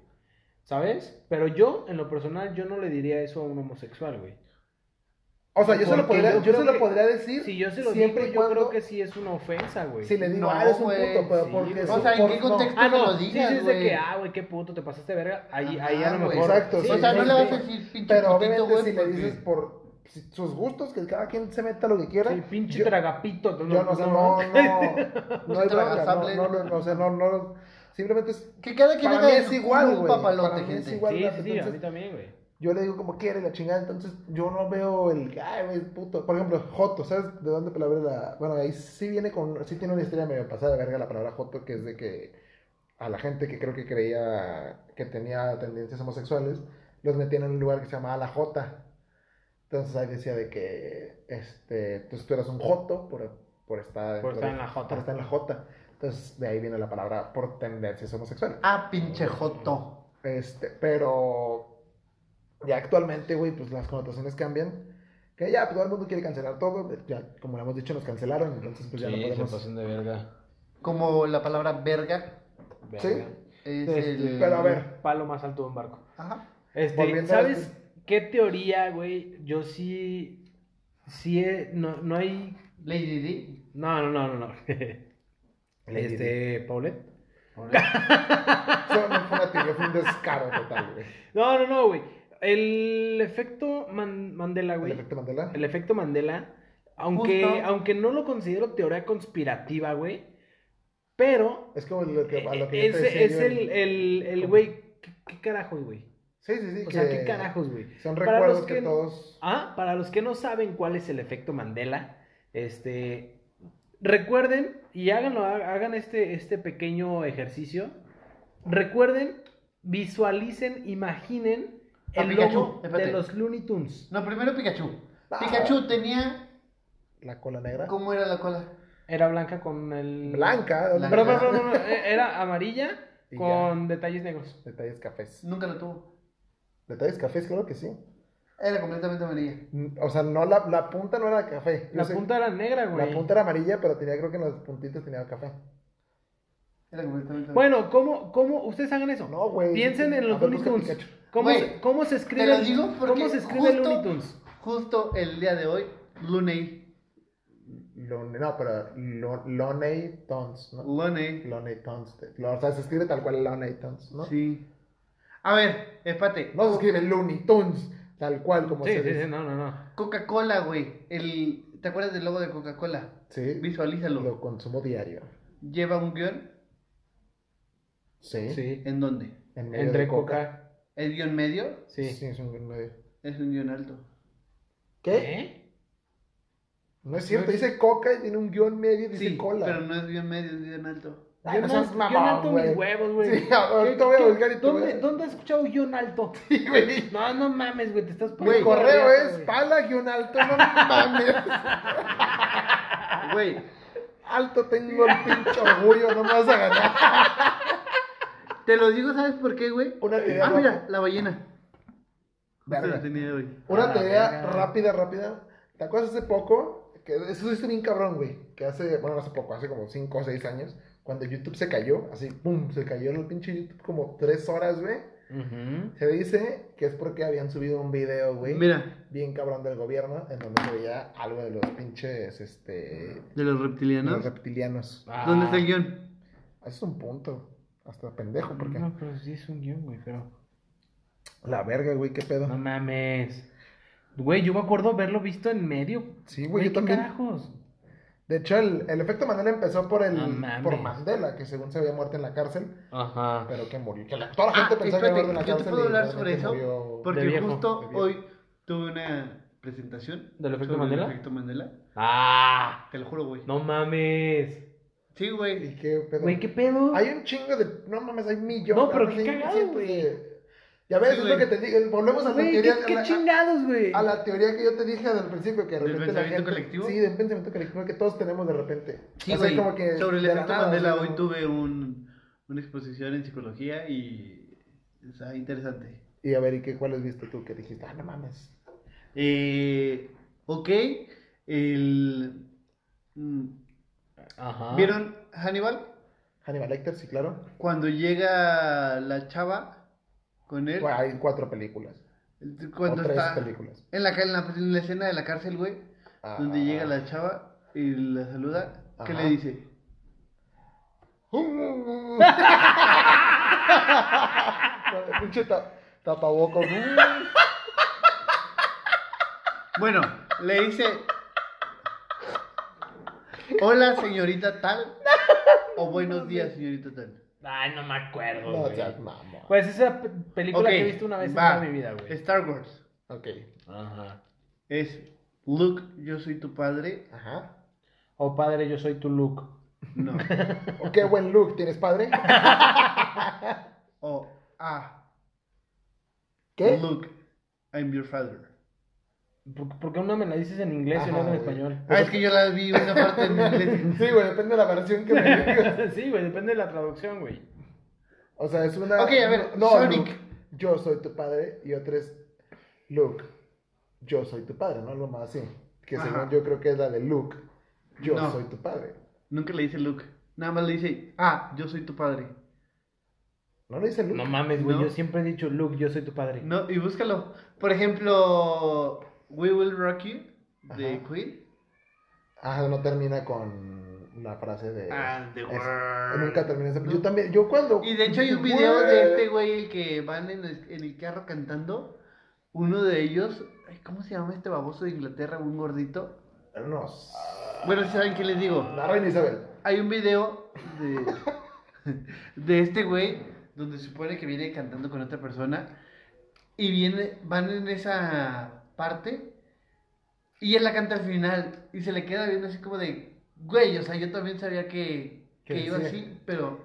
[SPEAKER 2] ¿Sabes? Pero yo, en lo personal, yo no le diría eso a un homosexual, güey.
[SPEAKER 3] O sea, yo se lo
[SPEAKER 2] Porque
[SPEAKER 3] podría,
[SPEAKER 2] yo
[SPEAKER 3] yo
[SPEAKER 2] creo
[SPEAKER 3] se lo
[SPEAKER 2] que-
[SPEAKER 3] podría decir
[SPEAKER 2] Si yo se lo
[SPEAKER 3] siempre
[SPEAKER 2] digo,
[SPEAKER 3] y
[SPEAKER 2] yo
[SPEAKER 3] cuando,
[SPEAKER 2] creo que sí es una ofensa, güey.
[SPEAKER 3] si le digo,
[SPEAKER 1] No,
[SPEAKER 3] ah, eres un
[SPEAKER 1] güey,
[SPEAKER 3] puto, pero
[SPEAKER 2] sí,
[SPEAKER 3] porque
[SPEAKER 2] güey.
[SPEAKER 3] es
[SPEAKER 1] O sea, ¿en
[SPEAKER 3] por-
[SPEAKER 1] qué
[SPEAKER 3] no.
[SPEAKER 1] contexto
[SPEAKER 2] Ah,
[SPEAKER 1] se
[SPEAKER 2] no,
[SPEAKER 1] lo
[SPEAKER 2] sí,
[SPEAKER 1] digas,
[SPEAKER 2] sí, es de
[SPEAKER 1] güey?
[SPEAKER 2] que, ah, güey, qué puto, te pasaste de verga. Ahí, ahí a
[SPEAKER 1] Ajá,
[SPEAKER 2] lo
[SPEAKER 1] Ah, güey.
[SPEAKER 2] mejor.
[SPEAKER 3] Exacto,
[SPEAKER 1] o
[SPEAKER 3] sí,
[SPEAKER 1] sea,
[SPEAKER 3] sí,
[SPEAKER 1] no
[SPEAKER 3] sí.
[SPEAKER 1] le vas a decir pinche
[SPEAKER 3] Pero
[SPEAKER 1] putito,
[SPEAKER 3] obviamente
[SPEAKER 1] güey,
[SPEAKER 3] si le
[SPEAKER 1] porque-
[SPEAKER 3] dices por sus gustos, que cada quien se meta lo que quiera.
[SPEAKER 2] Sí, pues pinche
[SPEAKER 3] yo-
[SPEAKER 2] tragapito.
[SPEAKER 3] Yo no, o sea, no, no, no hay bronca,
[SPEAKER 1] Intrazable.
[SPEAKER 3] no, no, no, o sea, no, no, simplemente es,
[SPEAKER 1] Que cada quien
[SPEAKER 3] para
[SPEAKER 1] haga
[SPEAKER 3] mí
[SPEAKER 1] de
[SPEAKER 3] es
[SPEAKER 1] su
[SPEAKER 3] igual,
[SPEAKER 1] culo un
[SPEAKER 3] güey, para
[SPEAKER 1] papalote,
[SPEAKER 3] mí es
[SPEAKER 1] gente.
[SPEAKER 3] igual.
[SPEAKER 2] Sí, sí, sí, a
[SPEAKER 3] entonces-
[SPEAKER 2] mí también, güey.
[SPEAKER 3] yo le digo como quiere la chingada, entonces yo no veo el, ay, güey, puto. Por ejemplo, Joto, ¿sabes de dónde palabra la.? Bueno, ahí sí viene con. Sí tiene una historia medio pasada de verga la palabra Joto, que es de que a la gente que creo que creía que tenía tendencias homosexuales, los metían en un lugar que se llamaba La Jota. Entonces ahí decía de que, este, entonces tú eras un Joto por, por estar.
[SPEAKER 2] Por estar en la
[SPEAKER 3] por
[SPEAKER 2] Jota.
[SPEAKER 3] estar en la Jota. Entonces de ahí viene la palabra por tendencias homosexuales.
[SPEAKER 1] Ah, pinche joto.
[SPEAKER 3] Este, pero ya actualmente, güey, pues las connotaciones cambian. Que ya, pues todo el mundo quiere cancelar todo. eh, Ya, como lo hemos dicho, nos cancelaron. Entonces, pues ya no
[SPEAKER 4] sí, se
[SPEAKER 3] podemos.
[SPEAKER 4] pasan de verga.
[SPEAKER 1] Como la palabra verga
[SPEAKER 4] Verga.
[SPEAKER 3] Sí.
[SPEAKER 1] es
[SPEAKER 2] Este,
[SPEAKER 1] el...
[SPEAKER 3] pero a ver.
[SPEAKER 2] Palo más alto de un barco.
[SPEAKER 1] Ajá.
[SPEAKER 2] Este,
[SPEAKER 3] Volviendo a
[SPEAKER 2] ¿Sabes qué teoría, güey? Yo sí. Sí, he- no, no hay.
[SPEAKER 1] Lady D.
[SPEAKER 2] No, no, no, no. no. este, Paulette.
[SPEAKER 3] Eso no fue una teoría, fue un descaro total, güey.
[SPEAKER 2] No, no, no, güey. El efecto Man- Mandela, güey.
[SPEAKER 3] El efecto Mandela.
[SPEAKER 2] El efecto Mandela, aunque,
[SPEAKER 1] Justo.
[SPEAKER 2] aunque no lo considero teoría conspirativa, güey, pero
[SPEAKER 3] Es como lo que, a lo que yo
[SPEAKER 2] es,
[SPEAKER 3] te decía
[SPEAKER 2] es
[SPEAKER 3] yo,
[SPEAKER 2] el, el, el güey, ¿qué, qué carajos, güey?
[SPEAKER 3] Sí, sí, sí.
[SPEAKER 2] O sea,
[SPEAKER 3] que
[SPEAKER 2] ¿qué carajos, güey?
[SPEAKER 3] Son
[SPEAKER 2] Para
[SPEAKER 3] recuerdos
[SPEAKER 2] los
[SPEAKER 3] que,
[SPEAKER 2] que-
[SPEAKER 3] todos.
[SPEAKER 2] Ah, para los que no saben cuál es el efecto Mandela, este, recuerden y háganlo, ha- hagan este, este pequeño ejercicio. Recuerden, visualicen, imaginen
[SPEAKER 1] A
[SPEAKER 2] el
[SPEAKER 1] Ah, Pikachu,
[SPEAKER 2] logo de
[SPEAKER 1] espérate.
[SPEAKER 2] los Looney Tunes.
[SPEAKER 1] No, primero Pikachu.
[SPEAKER 3] Ah.
[SPEAKER 1] Pikachu tenía...
[SPEAKER 3] La cola negra.
[SPEAKER 1] ¿Cómo era la cola?
[SPEAKER 2] Era blanca con el...
[SPEAKER 3] Blanca. ¿dónde-
[SPEAKER 1] Blanca.
[SPEAKER 2] Pero, pero, pero, pero, eh, era amarilla
[SPEAKER 3] Y
[SPEAKER 2] con detalles negros.
[SPEAKER 3] Detalles cafés.
[SPEAKER 1] Nunca la tuvo.
[SPEAKER 3] Detalles cafés, claro que sí.
[SPEAKER 1] Era completamente amarilla.
[SPEAKER 3] Mm, O sea, no la, la punta no era café. Yo
[SPEAKER 2] La
[SPEAKER 3] sé-
[SPEAKER 2] punta era negra, güey.
[SPEAKER 3] La punta era amarilla, pero tenía, creo que en los puntitos tenía café.
[SPEAKER 1] Era completamente amarilla.
[SPEAKER 2] Bueno, ¿cómo, ¿cómo? Ustedes hagan eso.
[SPEAKER 3] No, güey.
[SPEAKER 2] Piensen en
[SPEAKER 3] A
[SPEAKER 2] los
[SPEAKER 3] ver,
[SPEAKER 2] Looney
[SPEAKER 3] busca
[SPEAKER 2] Tunes.
[SPEAKER 3] Ah, Pikachu.
[SPEAKER 2] ¿Cómo,
[SPEAKER 1] Güey,
[SPEAKER 2] se, ¿Cómo se escribe,
[SPEAKER 1] te lo
[SPEAKER 2] el-
[SPEAKER 1] digo
[SPEAKER 2] ¿cómo
[SPEAKER 1] porque
[SPEAKER 2] se escribe el
[SPEAKER 1] justo-
[SPEAKER 2] Looney Tunes?
[SPEAKER 1] Justo el día de hoy, Luney.
[SPEAKER 3] Lone- no, pero lo- Loney Tons, ¿no?
[SPEAKER 1] Luney.
[SPEAKER 3] Loney Tons. Lo- o sea, se escribe tal cual Loney Tons, ¿no?
[SPEAKER 1] Sí. A ver, espate.
[SPEAKER 3] No se escribe Looney Tunes, tal cual como
[SPEAKER 2] Sí,
[SPEAKER 3] se
[SPEAKER 2] sí,
[SPEAKER 3] dice.
[SPEAKER 2] sí, no, no, no.
[SPEAKER 1] Coca-Cola, güey. El... ¿Te acuerdas del logo de Coca-Cola?
[SPEAKER 3] Sí,
[SPEAKER 1] Visualízalo.
[SPEAKER 3] lo consumo diario.
[SPEAKER 1] Lleva un guión.
[SPEAKER 3] Sí.
[SPEAKER 2] Sí.
[SPEAKER 1] ¿En dónde?
[SPEAKER 3] En medio
[SPEAKER 2] Entre
[SPEAKER 3] de coca.
[SPEAKER 2] coca.
[SPEAKER 1] ¿El guión medio?
[SPEAKER 2] Sí.
[SPEAKER 3] Sí, es un en medio.
[SPEAKER 1] Es un guión alto.
[SPEAKER 3] ¿Qué?
[SPEAKER 2] ¿Eh?
[SPEAKER 3] No es cierto, dice coca y tiene un guión medio y dice
[SPEAKER 1] Sí,
[SPEAKER 3] cola.
[SPEAKER 1] pero no es guión medio, es guión alto.
[SPEAKER 3] Ay, no
[SPEAKER 2] Yo
[SPEAKER 3] seas
[SPEAKER 2] no-
[SPEAKER 3] mamón,
[SPEAKER 2] yo no alto
[SPEAKER 3] güey.
[SPEAKER 2] mis huevos, güey.
[SPEAKER 3] Sí, ahorita voy a
[SPEAKER 2] ¿Qué- qué-
[SPEAKER 3] buscar y te voy
[SPEAKER 2] ¿Dónde,
[SPEAKER 3] a-
[SPEAKER 2] ¿Dónde has escuchado guión alto?
[SPEAKER 3] Sí, güey.
[SPEAKER 2] No, no mames, güey, te estás
[SPEAKER 3] Mi
[SPEAKER 2] poniendo
[SPEAKER 3] correo
[SPEAKER 2] riata,
[SPEAKER 3] es
[SPEAKER 2] güey.
[SPEAKER 3] pala-alto, no mames.
[SPEAKER 1] Güey,
[SPEAKER 3] Alto tengo el pinche orgullo, no me vas a ganar.
[SPEAKER 1] te lo digo, ¿sabes por qué, güey?
[SPEAKER 3] Una idea
[SPEAKER 1] Ah,
[SPEAKER 3] loca.
[SPEAKER 1] mira, la ballena.
[SPEAKER 3] Verga.
[SPEAKER 1] Esa la tenía hoy.
[SPEAKER 3] Una
[SPEAKER 2] A la
[SPEAKER 3] teoría
[SPEAKER 2] verga.
[SPEAKER 3] rápida, rápida. ¿Te acuerdas hace poco? Que eso es bien cabrón, güey. Que hace, bueno, no hace poco, hace como 5 o 6 años, cuando YouTube se cayó, así, pum, se cayó el pinche YouTube como 3 horas, güey.
[SPEAKER 2] Ujú.
[SPEAKER 3] Se dice que es porque habían subido un video, güey,
[SPEAKER 1] Mira,
[SPEAKER 3] bien cabrón del gobierno, en donde se veía algo de los pinches, este,
[SPEAKER 1] de los
[SPEAKER 3] de
[SPEAKER 1] reptilianos.
[SPEAKER 3] los reptilianos.
[SPEAKER 2] Ah.
[SPEAKER 1] ¿Dónde está el guión?
[SPEAKER 3] Eso es un punto, hasta pendejo, porque
[SPEAKER 2] No, pero sí es un guión, güey, pero...
[SPEAKER 3] la verga, güey, qué pedo.
[SPEAKER 2] No mames. Güey, yo me acuerdo verlo visto en medio.
[SPEAKER 3] Sí, güey, yo
[SPEAKER 2] ¿qué
[SPEAKER 3] también.
[SPEAKER 2] carajos?
[SPEAKER 3] De hecho, el, el efecto Mandela empezó por el,
[SPEAKER 2] No mames.
[SPEAKER 3] por Mandela, que según se había muerto en la cárcel.
[SPEAKER 2] Ajá.
[SPEAKER 3] Pero que murió. Que la, toda la gente
[SPEAKER 1] Ah,
[SPEAKER 3] pensaba
[SPEAKER 1] espérate,
[SPEAKER 3] que había muerto en la
[SPEAKER 1] yo
[SPEAKER 3] cárcel.
[SPEAKER 1] te puedo
[SPEAKER 3] y
[SPEAKER 1] hablar
[SPEAKER 3] realmente
[SPEAKER 1] sobre eso,
[SPEAKER 3] murió-
[SPEAKER 1] Porque
[SPEAKER 2] De viejo,
[SPEAKER 1] justo
[SPEAKER 3] de viejo.
[SPEAKER 1] hoy tuve una presentación.
[SPEAKER 2] ¿Del efecto
[SPEAKER 1] sobre
[SPEAKER 2] Mandela?
[SPEAKER 1] El efecto Mandela.
[SPEAKER 2] Ah,
[SPEAKER 1] Te lo juro, güey.
[SPEAKER 2] no mames.
[SPEAKER 1] Sí, güey.
[SPEAKER 3] ¿Y qué pedo?
[SPEAKER 2] Güey, ¿qué pedo?
[SPEAKER 3] Hay un chingo de. No mames, hay millones.
[SPEAKER 2] No, pero
[SPEAKER 3] hay
[SPEAKER 2] qué cagado,
[SPEAKER 3] cientos
[SPEAKER 2] güey.
[SPEAKER 3] de- Ya ves,
[SPEAKER 1] Sí,
[SPEAKER 3] es
[SPEAKER 1] güey.
[SPEAKER 3] lo que te digo. Volvemos a la
[SPEAKER 2] Güey, ¿qué,
[SPEAKER 3] teoría.
[SPEAKER 2] qué
[SPEAKER 3] a la-
[SPEAKER 2] chingados, güey?
[SPEAKER 3] a la teoría que yo te dije al principio, que de
[SPEAKER 1] ¿Del
[SPEAKER 3] repente la
[SPEAKER 1] pensamiento
[SPEAKER 3] gente-
[SPEAKER 1] colectivo?
[SPEAKER 3] Sí, del pensamiento colectivo que todos tenemos de repente.
[SPEAKER 1] Sí,
[SPEAKER 3] O sea,
[SPEAKER 1] güey.
[SPEAKER 3] como que
[SPEAKER 1] Sobre el
[SPEAKER 3] de la
[SPEAKER 1] efecto
[SPEAKER 3] nada,
[SPEAKER 1] Mandela,
[SPEAKER 3] o sea,
[SPEAKER 1] hoy
[SPEAKER 3] no-
[SPEAKER 1] tuve un, una exposición en psicología y está interesante.
[SPEAKER 3] Y a ver, ¿y qué, cuál has visto tú que dijiste? Ah, no mames.
[SPEAKER 1] Eh, ok, el, mm,
[SPEAKER 2] Ajá.
[SPEAKER 1] ¿vieron Hannibal?
[SPEAKER 3] Hannibal Lecter, sí, claro.
[SPEAKER 1] Cuando llega la chava con él,
[SPEAKER 3] Bueno, hay cuatro películas.
[SPEAKER 1] cuando
[SPEAKER 3] o tres
[SPEAKER 1] está
[SPEAKER 3] películas.
[SPEAKER 1] en la, ca- en, la, en la escena de la cárcel, güey, donde
[SPEAKER 3] Ah.
[SPEAKER 1] llega la chava y la saluda, ¿qué
[SPEAKER 3] Ajá.
[SPEAKER 1] le dice?
[SPEAKER 3] Con el Pinche ta- tapabocas.
[SPEAKER 1] Bueno, le dice. Hola, señorita tal. O buenos días, señorita tal.
[SPEAKER 2] Ay, no me acuerdo,
[SPEAKER 3] No,
[SPEAKER 2] güey.
[SPEAKER 3] o sea, mamón.
[SPEAKER 2] Pues esa pe-
[SPEAKER 1] Ok,
[SPEAKER 2] película que he visto una vez
[SPEAKER 1] va.
[SPEAKER 2] en toda mi vida, güey.
[SPEAKER 1] Star Wars
[SPEAKER 3] Ok.
[SPEAKER 4] Ajá.
[SPEAKER 1] es Luke, yo soy tu padre.
[SPEAKER 3] Ajá.
[SPEAKER 2] Oh, padre, yo soy tu Luke.
[SPEAKER 1] No.
[SPEAKER 3] Oh, qué buen look tienes, padre.
[SPEAKER 1] O ah,
[SPEAKER 3] ¿Qué?
[SPEAKER 1] Luke, I'm your father.
[SPEAKER 2] ¿Por, por qué una me la dices en inglés y
[SPEAKER 3] Ajá,
[SPEAKER 2] no en
[SPEAKER 3] güey.
[SPEAKER 2] español?
[SPEAKER 1] Ah, es que yo la vi una parte en inglés.
[SPEAKER 3] Sí, güey, depende de la versión que me digas.
[SPEAKER 2] sí, güey, depende de la traducción, güey.
[SPEAKER 3] O sea, es una.
[SPEAKER 1] Ok, a ver,
[SPEAKER 3] no,
[SPEAKER 1] Sonic.
[SPEAKER 3] Luke, yo soy tu padre. Y otra es Luke, yo soy tu padre, ¿no? Algo más así. Que
[SPEAKER 1] Ajá.
[SPEAKER 3] según yo creo que es la de Luke, yo
[SPEAKER 1] No.
[SPEAKER 3] soy tu padre.
[SPEAKER 1] Nunca le dice Luke. Nada más le dice, ah, yo soy tu padre.
[SPEAKER 3] ¿No le dice Luke?
[SPEAKER 2] No mames, güey,
[SPEAKER 1] No.
[SPEAKER 2] yo siempre he dicho, Luke, yo soy tu padre.
[SPEAKER 1] No, y búscalo. Por ejemplo, We Will Rock You de
[SPEAKER 3] Ajá.
[SPEAKER 1] Queen.
[SPEAKER 3] Ajá, no termina con una frase de.
[SPEAKER 1] Ah, the
[SPEAKER 3] es-
[SPEAKER 1] world.
[SPEAKER 3] Nunca termina esa.
[SPEAKER 1] No.
[SPEAKER 3] Yo también, yo cuando.
[SPEAKER 1] Y de hecho hay un
[SPEAKER 3] Güey.
[SPEAKER 1] video de este güey el que van en el, en el carro cantando. Uno de ellos, ay, ¿cómo se llama este baboso de Inglaterra? Un gordito.
[SPEAKER 3] No.
[SPEAKER 1] Bueno, si saben qué les digo.
[SPEAKER 3] Ah, La reina Isabel.
[SPEAKER 1] Hay un video de, de este güey donde se supone que viene cantando con otra persona y viene, van en esa parte y él la canta al final y se le queda viendo así como de, güey, o sea, yo también sabía que, que
[SPEAKER 3] Que
[SPEAKER 1] iba
[SPEAKER 3] sí.
[SPEAKER 1] así, pero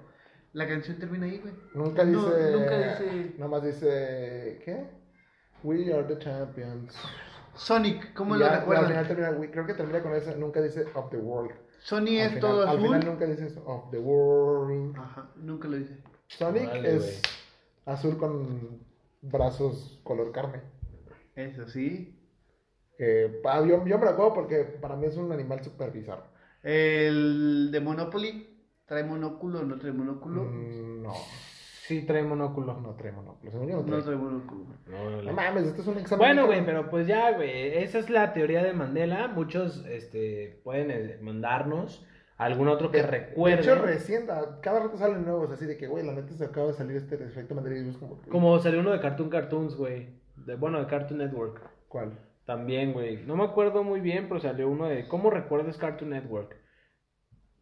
[SPEAKER 1] la canción termina ahí, güey.
[SPEAKER 3] Nunca dice.
[SPEAKER 1] No, nunca dice-
[SPEAKER 3] Nada más dice. ¿Qué? We are the champions.
[SPEAKER 1] Sonic, ¿cómo
[SPEAKER 3] Y
[SPEAKER 1] lo
[SPEAKER 3] ya, Al
[SPEAKER 1] recuerdan?
[SPEAKER 3] final termina, we- creo que termina con eso. Nunca dice of the world.
[SPEAKER 1] Sony
[SPEAKER 3] al
[SPEAKER 1] es
[SPEAKER 3] final,
[SPEAKER 1] todo
[SPEAKER 3] al
[SPEAKER 1] azul.
[SPEAKER 3] final nunca dice eso, of the world.
[SPEAKER 1] Ajá, nunca lo dice.
[SPEAKER 3] Sonic
[SPEAKER 4] Órale,
[SPEAKER 3] es
[SPEAKER 4] güey.
[SPEAKER 3] azul con brazos color carne.
[SPEAKER 1] Eso sí.
[SPEAKER 3] Eh, pa- yo, yo me lo acuerdo porque para mí es un animal súper bizarro.
[SPEAKER 1] El de Monopoly, ¿trae monóculo o no trae monóculo?
[SPEAKER 3] Mm, No,
[SPEAKER 2] Sí, trae monóculo.
[SPEAKER 3] no trae monóculo. Según yo no trae.
[SPEAKER 1] No trae monóculo.
[SPEAKER 4] No,
[SPEAKER 3] No mames, este es un examen.
[SPEAKER 2] Bueno, güey, pero pues ya, güey, esa es la teoría de Mandela. Muchos este, pueden eh, mandarnos algún otro que
[SPEAKER 3] De- De
[SPEAKER 2] recuerde.
[SPEAKER 3] hecho, recién, a- cada rato salen nuevos, así de que, güey, la neta se acaba de salir este efecto Madrid. y es como, que-
[SPEAKER 2] Como salió uno de Cartoon Cartoons, güey. De, bueno, de Cartoon Network.
[SPEAKER 3] ¿Cuál?
[SPEAKER 2] También, güey. No me acuerdo muy bien, pero salió uno de... ¿Cómo recuerdas Cartoon Network?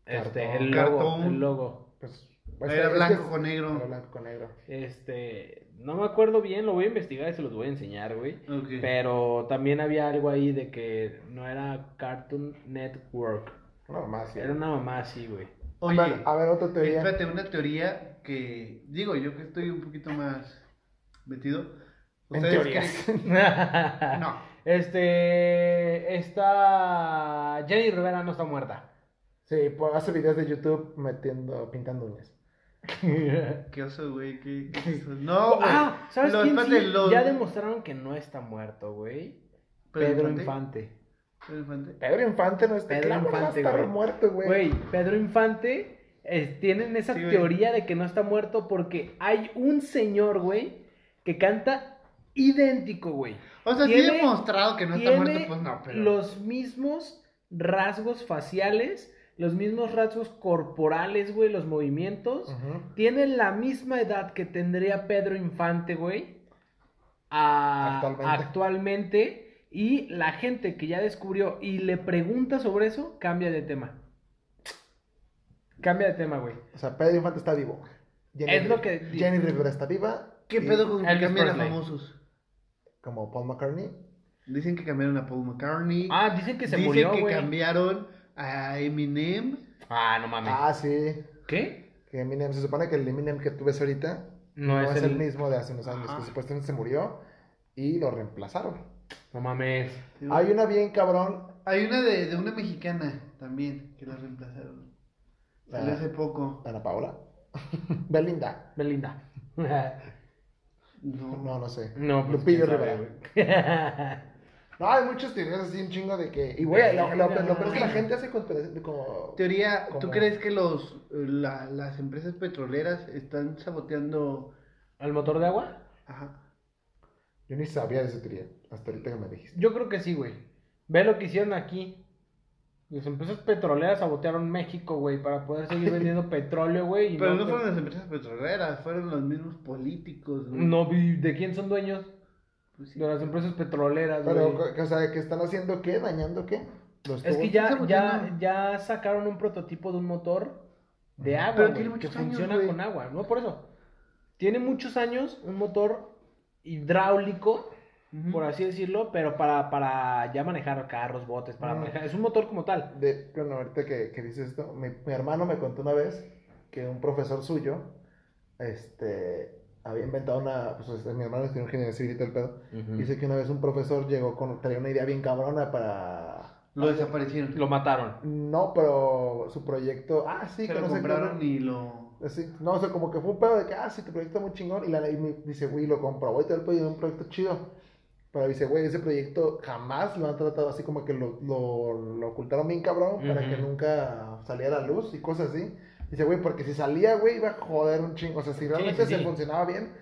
[SPEAKER 2] Este,
[SPEAKER 3] Cartoon.
[SPEAKER 2] el logo,
[SPEAKER 1] Cartoon.
[SPEAKER 2] el logo.
[SPEAKER 3] Pues,
[SPEAKER 1] Era
[SPEAKER 3] es-
[SPEAKER 1] blanco
[SPEAKER 3] es-
[SPEAKER 1] con negro.
[SPEAKER 3] Era blanco con negro.
[SPEAKER 2] Este, no me acuerdo bien, lo voy a investigar y se los voy a enseñar, güey.
[SPEAKER 1] Ok.
[SPEAKER 2] Pero también había algo ahí de que no era Cartoon Network.
[SPEAKER 3] No, más. sí.
[SPEAKER 2] Era una mamá así, güey.
[SPEAKER 1] Oye,
[SPEAKER 3] a ver, otra teoría.
[SPEAKER 1] espérate, una teoría que digo yo que estoy un poquito más metido.
[SPEAKER 3] En
[SPEAKER 1] ¿Ustedes
[SPEAKER 3] teorías.
[SPEAKER 1] creen- No,
[SPEAKER 2] Este, está Jenny Rivera no está muerta.
[SPEAKER 3] Sí, pues, hace videos de YouTube metiendo, pintando uñas.
[SPEAKER 1] qué oso, güey, qué, qué oso. No, güey.
[SPEAKER 2] ah, ¿sabes
[SPEAKER 1] Los-
[SPEAKER 2] quién sí?
[SPEAKER 1] espérate, los-
[SPEAKER 2] Ya demostraron que no está muerto, güey. Pedro Infante.
[SPEAKER 1] Pedro Infante.
[SPEAKER 3] Pedro Infante no está,
[SPEAKER 2] Pedro
[SPEAKER 3] claro, va a
[SPEAKER 2] Infante,
[SPEAKER 3] estar
[SPEAKER 2] güey.
[SPEAKER 3] muerto, güey.
[SPEAKER 2] Güey, Pedro Infante es- tienen esa
[SPEAKER 1] Sí, güey.
[SPEAKER 2] teoría de que no está muerto porque hay un señor, güey, que canta idéntico, güey.
[SPEAKER 1] O sea, sí he
[SPEAKER 2] Tiene-
[SPEAKER 1] demostrado que no está
[SPEAKER 2] tiene
[SPEAKER 1] muerto, pues no, pero.
[SPEAKER 2] los mismos rasgos faciales, los mismos rasgos corporales, güey, los movimientos.
[SPEAKER 3] Ujú.
[SPEAKER 2] Tienen la misma edad que tendría Pedro Infante, güey. a-
[SPEAKER 3] Actualmente.
[SPEAKER 2] actualmente. Y la gente que ya descubrió y le pregunta sobre eso, cambia de tema. Cambia de tema, güey.
[SPEAKER 3] O sea, Pedro Infante está vivo.
[SPEAKER 2] Es lo que-
[SPEAKER 3] Jenny Rivera está viva.
[SPEAKER 1] ¿Qué
[SPEAKER 3] y
[SPEAKER 1] pedo con que
[SPEAKER 2] Elvis
[SPEAKER 1] cambian a
[SPEAKER 2] Presley.
[SPEAKER 1] famosos?
[SPEAKER 3] Como Paul McCartney.
[SPEAKER 1] Dicen que cambiaron a Paul McCartney.
[SPEAKER 2] Ah, dicen que se
[SPEAKER 1] Dicen
[SPEAKER 2] murió,
[SPEAKER 1] que
[SPEAKER 2] güey.
[SPEAKER 1] cambiaron a Eminem.
[SPEAKER 2] Ah, no mames.
[SPEAKER 3] Ah, sí.
[SPEAKER 2] ¿Qué?
[SPEAKER 3] Que Eminem, se supone que el Eminem que tú ves ahorita
[SPEAKER 2] No,
[SPEAKER 3] no
[SPEAKER 2] es, el...
[SPEAKER 3] mismo de hace unos años,
[SPEAKER 1] Ajá.
[SPEAKER 3] que supuestamente se murió y lo reemplazaron.
[SPEAKER 2] No mames.
[SPEAKER 3] Hay una bien cabrón.
[SPEAKER 1] Hay una de, de una mexicana también que la reemplazaron. Salió
[SPEAKER 3] Ah.
[SPEAKER 1] hace poco.
[SPEAKER 3] Ana Paola. Belinda.
[SPEAKER 2] Belinda.
[SPEAKER 1] No,
[SPEAKER 3] No, no sé.
[SPEAKER 2] no, pues,
[SPEAKER 3] Lupillo
[SPEAKER 2] quién sabe,
[SPEAKER 3] Rivera.
[SPEAKER 2] güey.
[SPEAKER 3] No, hay muchas teorías así un chingo de que. Y güey, lo, lo- lo peor es que la
[SPEAKER 2] Ay.
[SPEAKER 3] gente hace conspiraciones como.
[SPEAKER 1] Teoría, ¿tú
[SPEAKER 3] ¿Cómo?
[SPEAKER 1] crees que los eh, la- las empresas petroleras están saboteando?
[SPEAKER 2] ¿Al motor de agua?
[SPEAKER 1] Ajá.
[SPEAKER 3] Yo ni sabía de esa teoría. Hasta ahorita que me dijiste.
[SPEAKER 2] Yo creo que sí, güey. Ve lo que hicieron aquí. Las empresas petroleras sabotearon México, güey, para poder seguir vendiendo petróleo, güey. y
[SPEAKER 1] Pero no
[SPEAKER 2] pe-
[SPEAKER 1] fueron las empresas petroleras, fueron los mismos políticos. güey.
[SPEAKER 2] No vi de quién son dueños.
[SPEAKER 1] Pues sí.
[SPEAKER 2] De las empresas petroleras,
[SPEAKER 3] Pero,
[SPEAKER 2] güey.
[SPEAKER 3] o sea, ¿qué están haciendo qué? ¿Dañando qué? Los
[SPEAKER 2] Es que
[SPEAKER 3] tubos.
[SPEAKER 2] ya,
[SPEAKER 1] ¿Están
[SPEAKER 2] ya,
[SPEAKER 1] saboteando?
[SPEAKER 2] ya sacaron un prototipo de un motor de
[SPEAKER 3] Ajá.
[SPEAKER 2] agua,
[SPEAKER 1] Pero
[SPEAKER 2] güey,
[SPEAKER 1] tiene muchos
[SPEAKER 2] que
[SPEAKER 1] años,
[SPEAKER 2] funciona
[SPEAKER 1] güey.
[SPEAKER 2] con agua, ¿no? Por eso. Tiene muchos años un motor hidráulico, por así decirlo, pero para, para ya manejar carros, botes, para
[SPEAKER 3] Ujú.
[SPEAKER 2] manejar, es un motor como tal.
[SPEAKER 3] De, bueno, ahorita que, que dices esto, mi, mi hermano me contó una vez que un profesor suyo, este, había inventado una, pues este, mi hermano estudió ingeniería civil y todo el pedo, dice que una vez un profesor llegó con, traía una idea bien cabrona para,
[SPEAKER 1] Lo desaparecieron.
[SPEAKER 2] Lo mataron.
[SPEAKER 3] no, pero su proyecto, ah, sí,
[SPEAKER 1] se
[SPEAKER 3] que
[SPEAKER 1] lo
[SPEAKER 3] no sé
[SPEAKER 1] compraron
[SPEAKER 3] cómo-
[SPEAKER 1] y lo.
[SPEAKER 3] Así, no, o sea, como que fue un pedo de que, ah, sí, tu proyecto muy chingón. Y, la, y me dice, güey, lo comprobó y todo el pedo, y era un proyecto chido. Pero dice, güey, ese proyecto jamás lo han tratado así como que lo, lo, lo ocultaron bien cabrón para que
[SPEAKER 2] Ujú.
[SPEAKER 3] nunca saliera a la luz y cosas así. Dice, güey, porque si salía, güey, iba a joder un chingo. O sea, si realmente
[SPEAKER 2] sí,
[SPEAKER 3] se
[SPEAKER 2] sí.
[SPEAKER 3] funcionaba bien,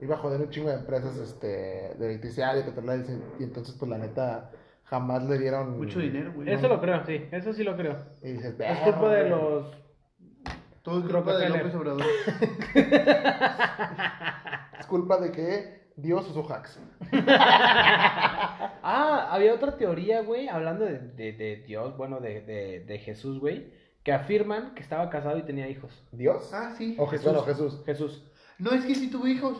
[SPEAKER 3] iba a joder un chingo de empresas este, de electricidad, de petróleo. Y entonces, pues la neta, jamás le dieron.
[SPEAKER 1] Mucho dinero, güey.
[SPEAKER 2] Eso lo creo, sí, eso sí lo creo.
[SPEAKER 3] Y dices,
[SPEAKER 2] Es culpa de
[SPEAKER 3] "Verga".
[SPEAKER 2] los...
[SPEAKER 1] Todo es culpa de
[SPEAKER 2] Rockefeller.
[SPEAKER 1] López Obrador.
[SPEAKER 3] Es culpa de que Dios usó hacks.
[SPEAKER 2] Ah, había otra teoría, güey, hablando de, de- de Dios, bueno, de, de- de Jesús, güey, que afirman que estaba casado y tenía hijos.
[SPEAKER 3] ¿Dios?
[SPEAKER 1] Ah, sí.
[SPEAKER 3] O Jesús. Bueno, Jesús.
[SPEAKER 2] Jesús.
[SPEAKER 1] No, es que sí tuvo hijos.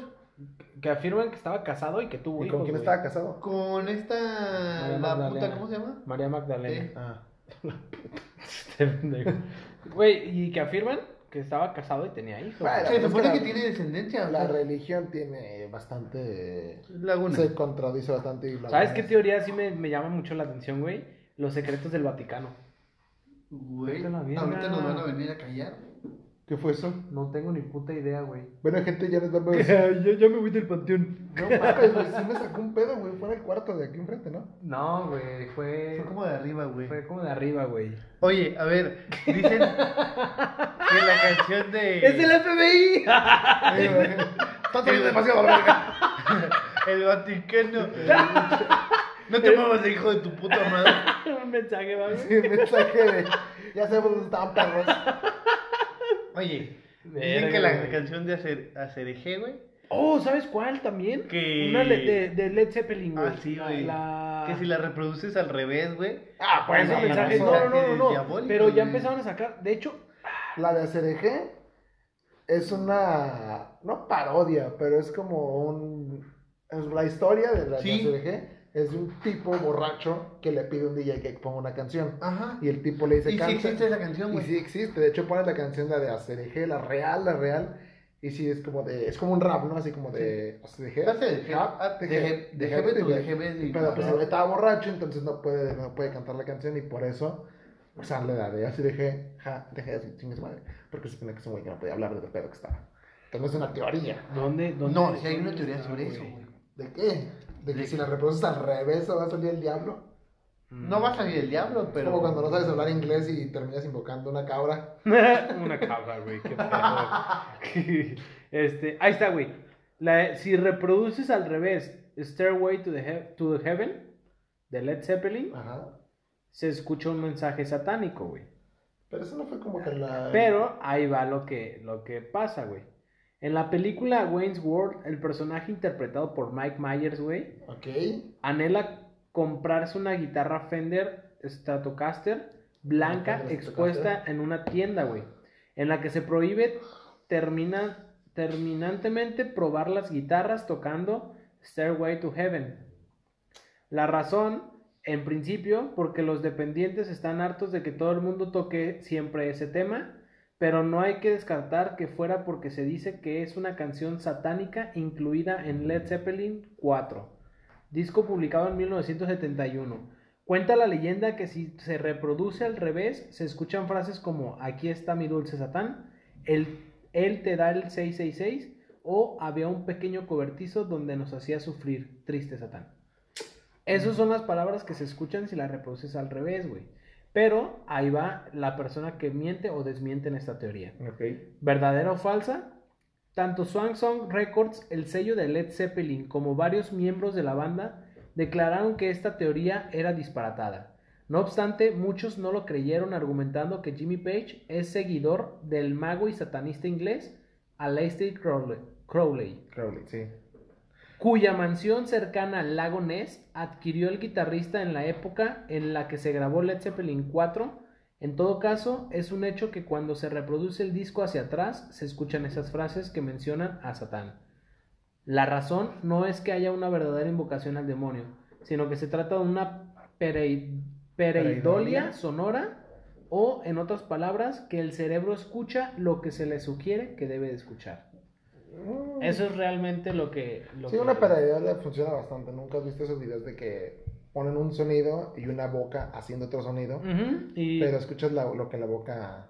[SPEAKER 2] Que afirman que estaba casado y que tuvo
[SPEAKER 3] ¿Y
[SPEAKER 2] hijos,
[SPEAKER 3] con quién
[SPEAKER 2] güey.
[SPEAKER 3] estaba casado?
[SPEAKER 1] Con esta. la
[SPEAKER 2] María
[SPEAKER 1] puta,
[SPEAKER 2] Magdalena.
[SPEAKER 1] ¿cómo se llama?
[SPEAKER 2] María Magdalena.
[SPEAKER 1] Eh.
[SPEAKER 3] Ah,
[SPEAKER 2] Este pendejo. Güey, y que afirman que estaba casado y tenía hijos.
[SPEAKER 3] Bueno,
[SPEAKER 2] güey.
[SPEAKER 1] Se
[SPEAKER 3] es
[SPEAKER 1] supone
[SPEAKER 3] que
[SPEAKER 1] que
[SPEAKER 3] la-
[SPEAKER 1] tiene descendencia. o
[SPEAKER 3] la
[SPEAKER 1] sea,
[SPEAKER 3] religión tiene bastante.
[SPEAKER 1] Laguna.
[SPEAKER 3] Se contradice bastante. y la
[SPEAKER 2] ¿Sabes
[SPEAKER 3] verdad
[SPEAKER 2] qué
[SPEAKER 3] es-
[SPEAKER 2] teoría sí me, me llama mucho la atención, güey? Los secretos del Vaticano.
[SPEAKER 1] Güey,
[SPEAKER 2] Vete a la verga.
[SPEAKER 1] ahorita nos van a venir a callar.
[SPEAKER 3] ¿Qué fue eso?
[SPEAKER 2] No tengo ni puta idea, güey.
[SPEAKER 3] Bueno, gente, ya nos vamos.
[SPEAKER 2] yo ya me voy del panteón.
[SPEAKER 3] No mames, güey, sí me sacó un pedo, güey. Fue en el cuarto de aquí enfrente, ¿no?
[SPEAKER 2] No, güey, fue...
[SPEAKER 1] Fue como de arriba, güey.
[SPEAKER 2] Fue como de arriba, güey.
[SPEAKER 1] Oye, a ver, dicen que la canción de.
[SPEAKER 2] FBI!
[SPEAKER 3] Estás saliendo demasiado, verga.
[SPEAKER 1] El Vaticano. No te muevas de hijo de tu puta madre.
[SPEAKER 2] Un mensaje, va, güey.
[SPEAKER 3] Sí, mensaje de. Ya sabemos dónde estaban perros.
[SPEAKER 1] Oye, dicen
[SPEAKER 2] Verga,
[SPEAKER 1] que la
[SPEAKER 2] güey.
[SPEAKER 1] canción de Acer- Acereje, güey.
[SPEAKER 2] Oh, ¿sabes cuál también?
[SPEAKER 1] Que-
[SPEAKER 2] Una le- de, de Led Zeppelin, güey.
[SPEAKER 1] Ah, sí,
[SPEAKER 2] La-
[SPEAKER 1] güey.
[SPEAKER 2] la-
[SPEAKER 1] Que si la reproduces al revés, güey.
[SPEAKER 3] Ah,
[SPEAKER 2] Por
[SPEAKER 3] pues
[SPEAKER 2] eso
[SPEAKER 1] Ese
[SPEAKER 3] no,
[SPEAKER 2] mensaje-
[SPEAKER 3] no,
[SPEAKER 2] No, no,
[SPEAKER 3] no.
[SPEAKER 2] no, no,
[SPEAKER 1] diabólico,
[SPEAKER 2] Pero ya
[SPEAKER 1] güey.
[SPEAKER 2] empezaron a sacar. De hecho,
[SPEAKER 3] La de ACDG es una. No parodia, pero es como un. Es la historia de la
[SPEAKER 1] Sí.
[SPEAKER 3] de ACDG. Es de un tipo borracho que le pide a un DJ que ponga una canción.
[SPEAKER 1] Ajá.
[SPEAKER 3] Y el tipo le dice,
[SPEAKER 1] Y si
[SPEAKER 3] "Canta".
[SPEAKER 1] existe esa canción,
[SPEAKER 3] Y
[SPEAKER 1] güey.
[SPEAKER 3] sí existe. De hecho, pone la canción la de ACDG, la real, la real. Y sí, es como de. Es como un rap, ¿no? Así como Ah, de. ACDG.
[SPEAKER 1] ACDG,
[SPEAKER 3] rap,
[SPEAKER 1] ACDG, déjame tú, déjame tú.
[SPEAKER 3] Pero pues el güey estaba borracho, entonces no puede, no puede cantar la canción y por eso. O sea, le da de ACDG, ja, dejé así, chingue su madre. Porque se supone que es un güey que no podía hablar del pedo que estaba. Entonces es una teoría.
[SPEAKER 2] ¿dónde? dónde
[SPEAKER 1] No, sí hay una teoría
[SPEAKER 2] está,
[SPEAKER 1] sobre eso, güey.
[SPEAKER 3] ¿De qué? ¿De que si la reproduces al revés va a salir el diablo?
[SPEAKER 2] Mm.
[SPEAKER 1] No va a salir el diablo,
[SPEAKER 3] Es
[SPEAKER 1] pero.
[SPEAKER 3] como cuando no sabes hablar inglés y terminas invocando una cabra.
[SPEAKER 2] Una cabra, güey, qué pedo. este, ahí está, güey. La- si reproduces al revés Stairway to the, He- to the Heaven de Led Zeppelin,
[SPEAKER 3] Ajá.
[SPEAKER 2] se escucha un mensaje satánico, güey.
[SPEAKER 3] Pero eso no fue como que la.
[SPEAKER 2] Pero ahí va lo que, lo que pasa, güey. En la película Wayne's World, el personaje interpretado por Mike Myers, güey,
[SPEAKER 3] Ok.
[SPEAKER 2] anhela comprarse una guitarra Fender Stratocaster blanca
[SPEAKER 3] Fender
[SPEAKER 2] expuesta
[SPEAKER 3] Stratocaster.
[SPEAKER 2] en una tienda, güey, en la que se prohíbe termina, terminantemente probar las guitarras tocando Stairway to Heaven. La razón, en principio, porque los dependientes están hartos de que todo el mundo toque siempre ese tema, pero no hay que descartar que fuera porque se dice que es una canción satánica incluida en Led Zeppelin 4, disco publicado en 1971. Cuenta la leyenda que si se reproduce al revés, se escuchan frases como aquí está mi dulce satán, él, él te da el 666 o había un pequeño cobertizo donde nos hacía sufrir, triste satán. Esas son las palabras que se escuchan si las reproduces al revés, güey. Pero ahí va la persona que miente o desmiente en esta teoría.
[SPEAKER 3] Ok.
[SPEAKER 2] ¿Verdadera o falsa? Tanto Swan Song Records, el sello de Led Zeppelin, como varios miembros de la banda declararon que esta teoría era disparatada. No obstante, muchos no lo creyeron argumentando que Jimmy Page es seguidor del mago y satanista inglés Aleister Crowley, Crowley,
[SPEAKER 3] Crowley, sí.
[SPEAKER 2] cuya mansión cercana al lago Ness adquirió el guitarrista en la época en la que se grabó Led Zeppelin 4 En todo caso, es un hecho que cuando se reproduce el disco hacia atrás, se escuchan esas frases que mencionan a Satán. La razón no es que haya una verdadera invocación al demonio, sino que se trata de una perei- pereidolia
[SPEAKER 3] Pereidolia.
[SPEAKER 2] sonora o, en otras palabras, que el cerebro escucha lo que se le sugiere que debe de escuchar. Eso es realmente lo que... lo
[SPEAKER 3] Sí,
[SPEAKER 2] que-
[SPEAKER 3] una paralela funciona bastante. Nunca has visto esos videos de que ponen un sonido y una boca haciendo otro sonido,
[SPEAKER 2] Ujú, y
[SPEAKER 3] pero escuchas la- lo que la boca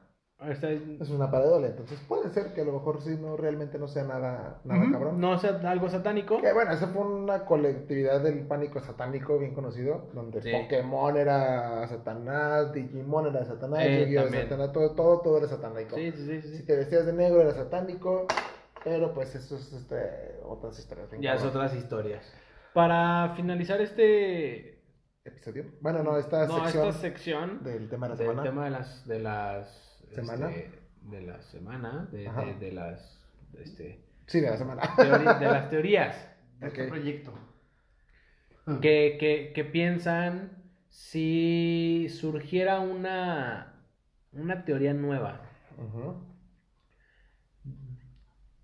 [SPEAKER 2] está-
[SPEAKER 3] es una paredolia. Entonces puede ser que a lo mejor sí no realmente no sea nada, nada
[SPEAKER 2] ujú,
[SPEAKER 3] cabrón.
[SPEAKER 2] no sea algo satánico.
[SPEAKER 3] Que bueno, esa fue una colectividad del pánico satánico bien conocido, donde
[SPEAKER 4] Sí.
[SPEAKER 3] Pokémon era Satanás, Digimon era Satanás,
[SPEAKER 4] Eh,
[SPEAKER 3] Yu-Gi-Oh! era
[SPEAKER 4] también.
[SPEAKER 3] Satanás, todo, todo, todo era satánico.
[SPEAKER 2] Sí, sí, sí, sí.
[SPEAKER 3] Si te vestías de negro era satánico, pero pues eso es este, otras historias. bien
[SPEAKER 4] Ya es
[SPEAKER 3] cabronas.
[SPEAKER 4] otras historias.
[SPEAKER 2] Para finalizar este
[SPEAKER 3] episodio. Bueno, no, esta
[SPEAKER 2] no,
[SPEAKER 3] sección
[SPEAKER 2] esta sección
[SPEAKER 3] del tema de la
[SPEAKER 4] Del
[SPEAKER 3] semana.
[SPEAKER 4] tema de las. De las
[SPEAKER 3] ¿Semana?
[SPEAKER 4] este, de la semana. De,
[SPEAKER 3] Ajá.
[SPEAKER 4] de- de las. este,
[SPEAKER 3] Sí, de la semana.
[SPEAKER 2] teori- de las teorías
[SPEAKER 1] De este
[SPEAKER 3] Ok.
[SPEAKER 1] proyecto.
[SPEAKER 2] que, que- que piensan si surgiera una, una teoría nueva
[SPEAKER 3] Ujú.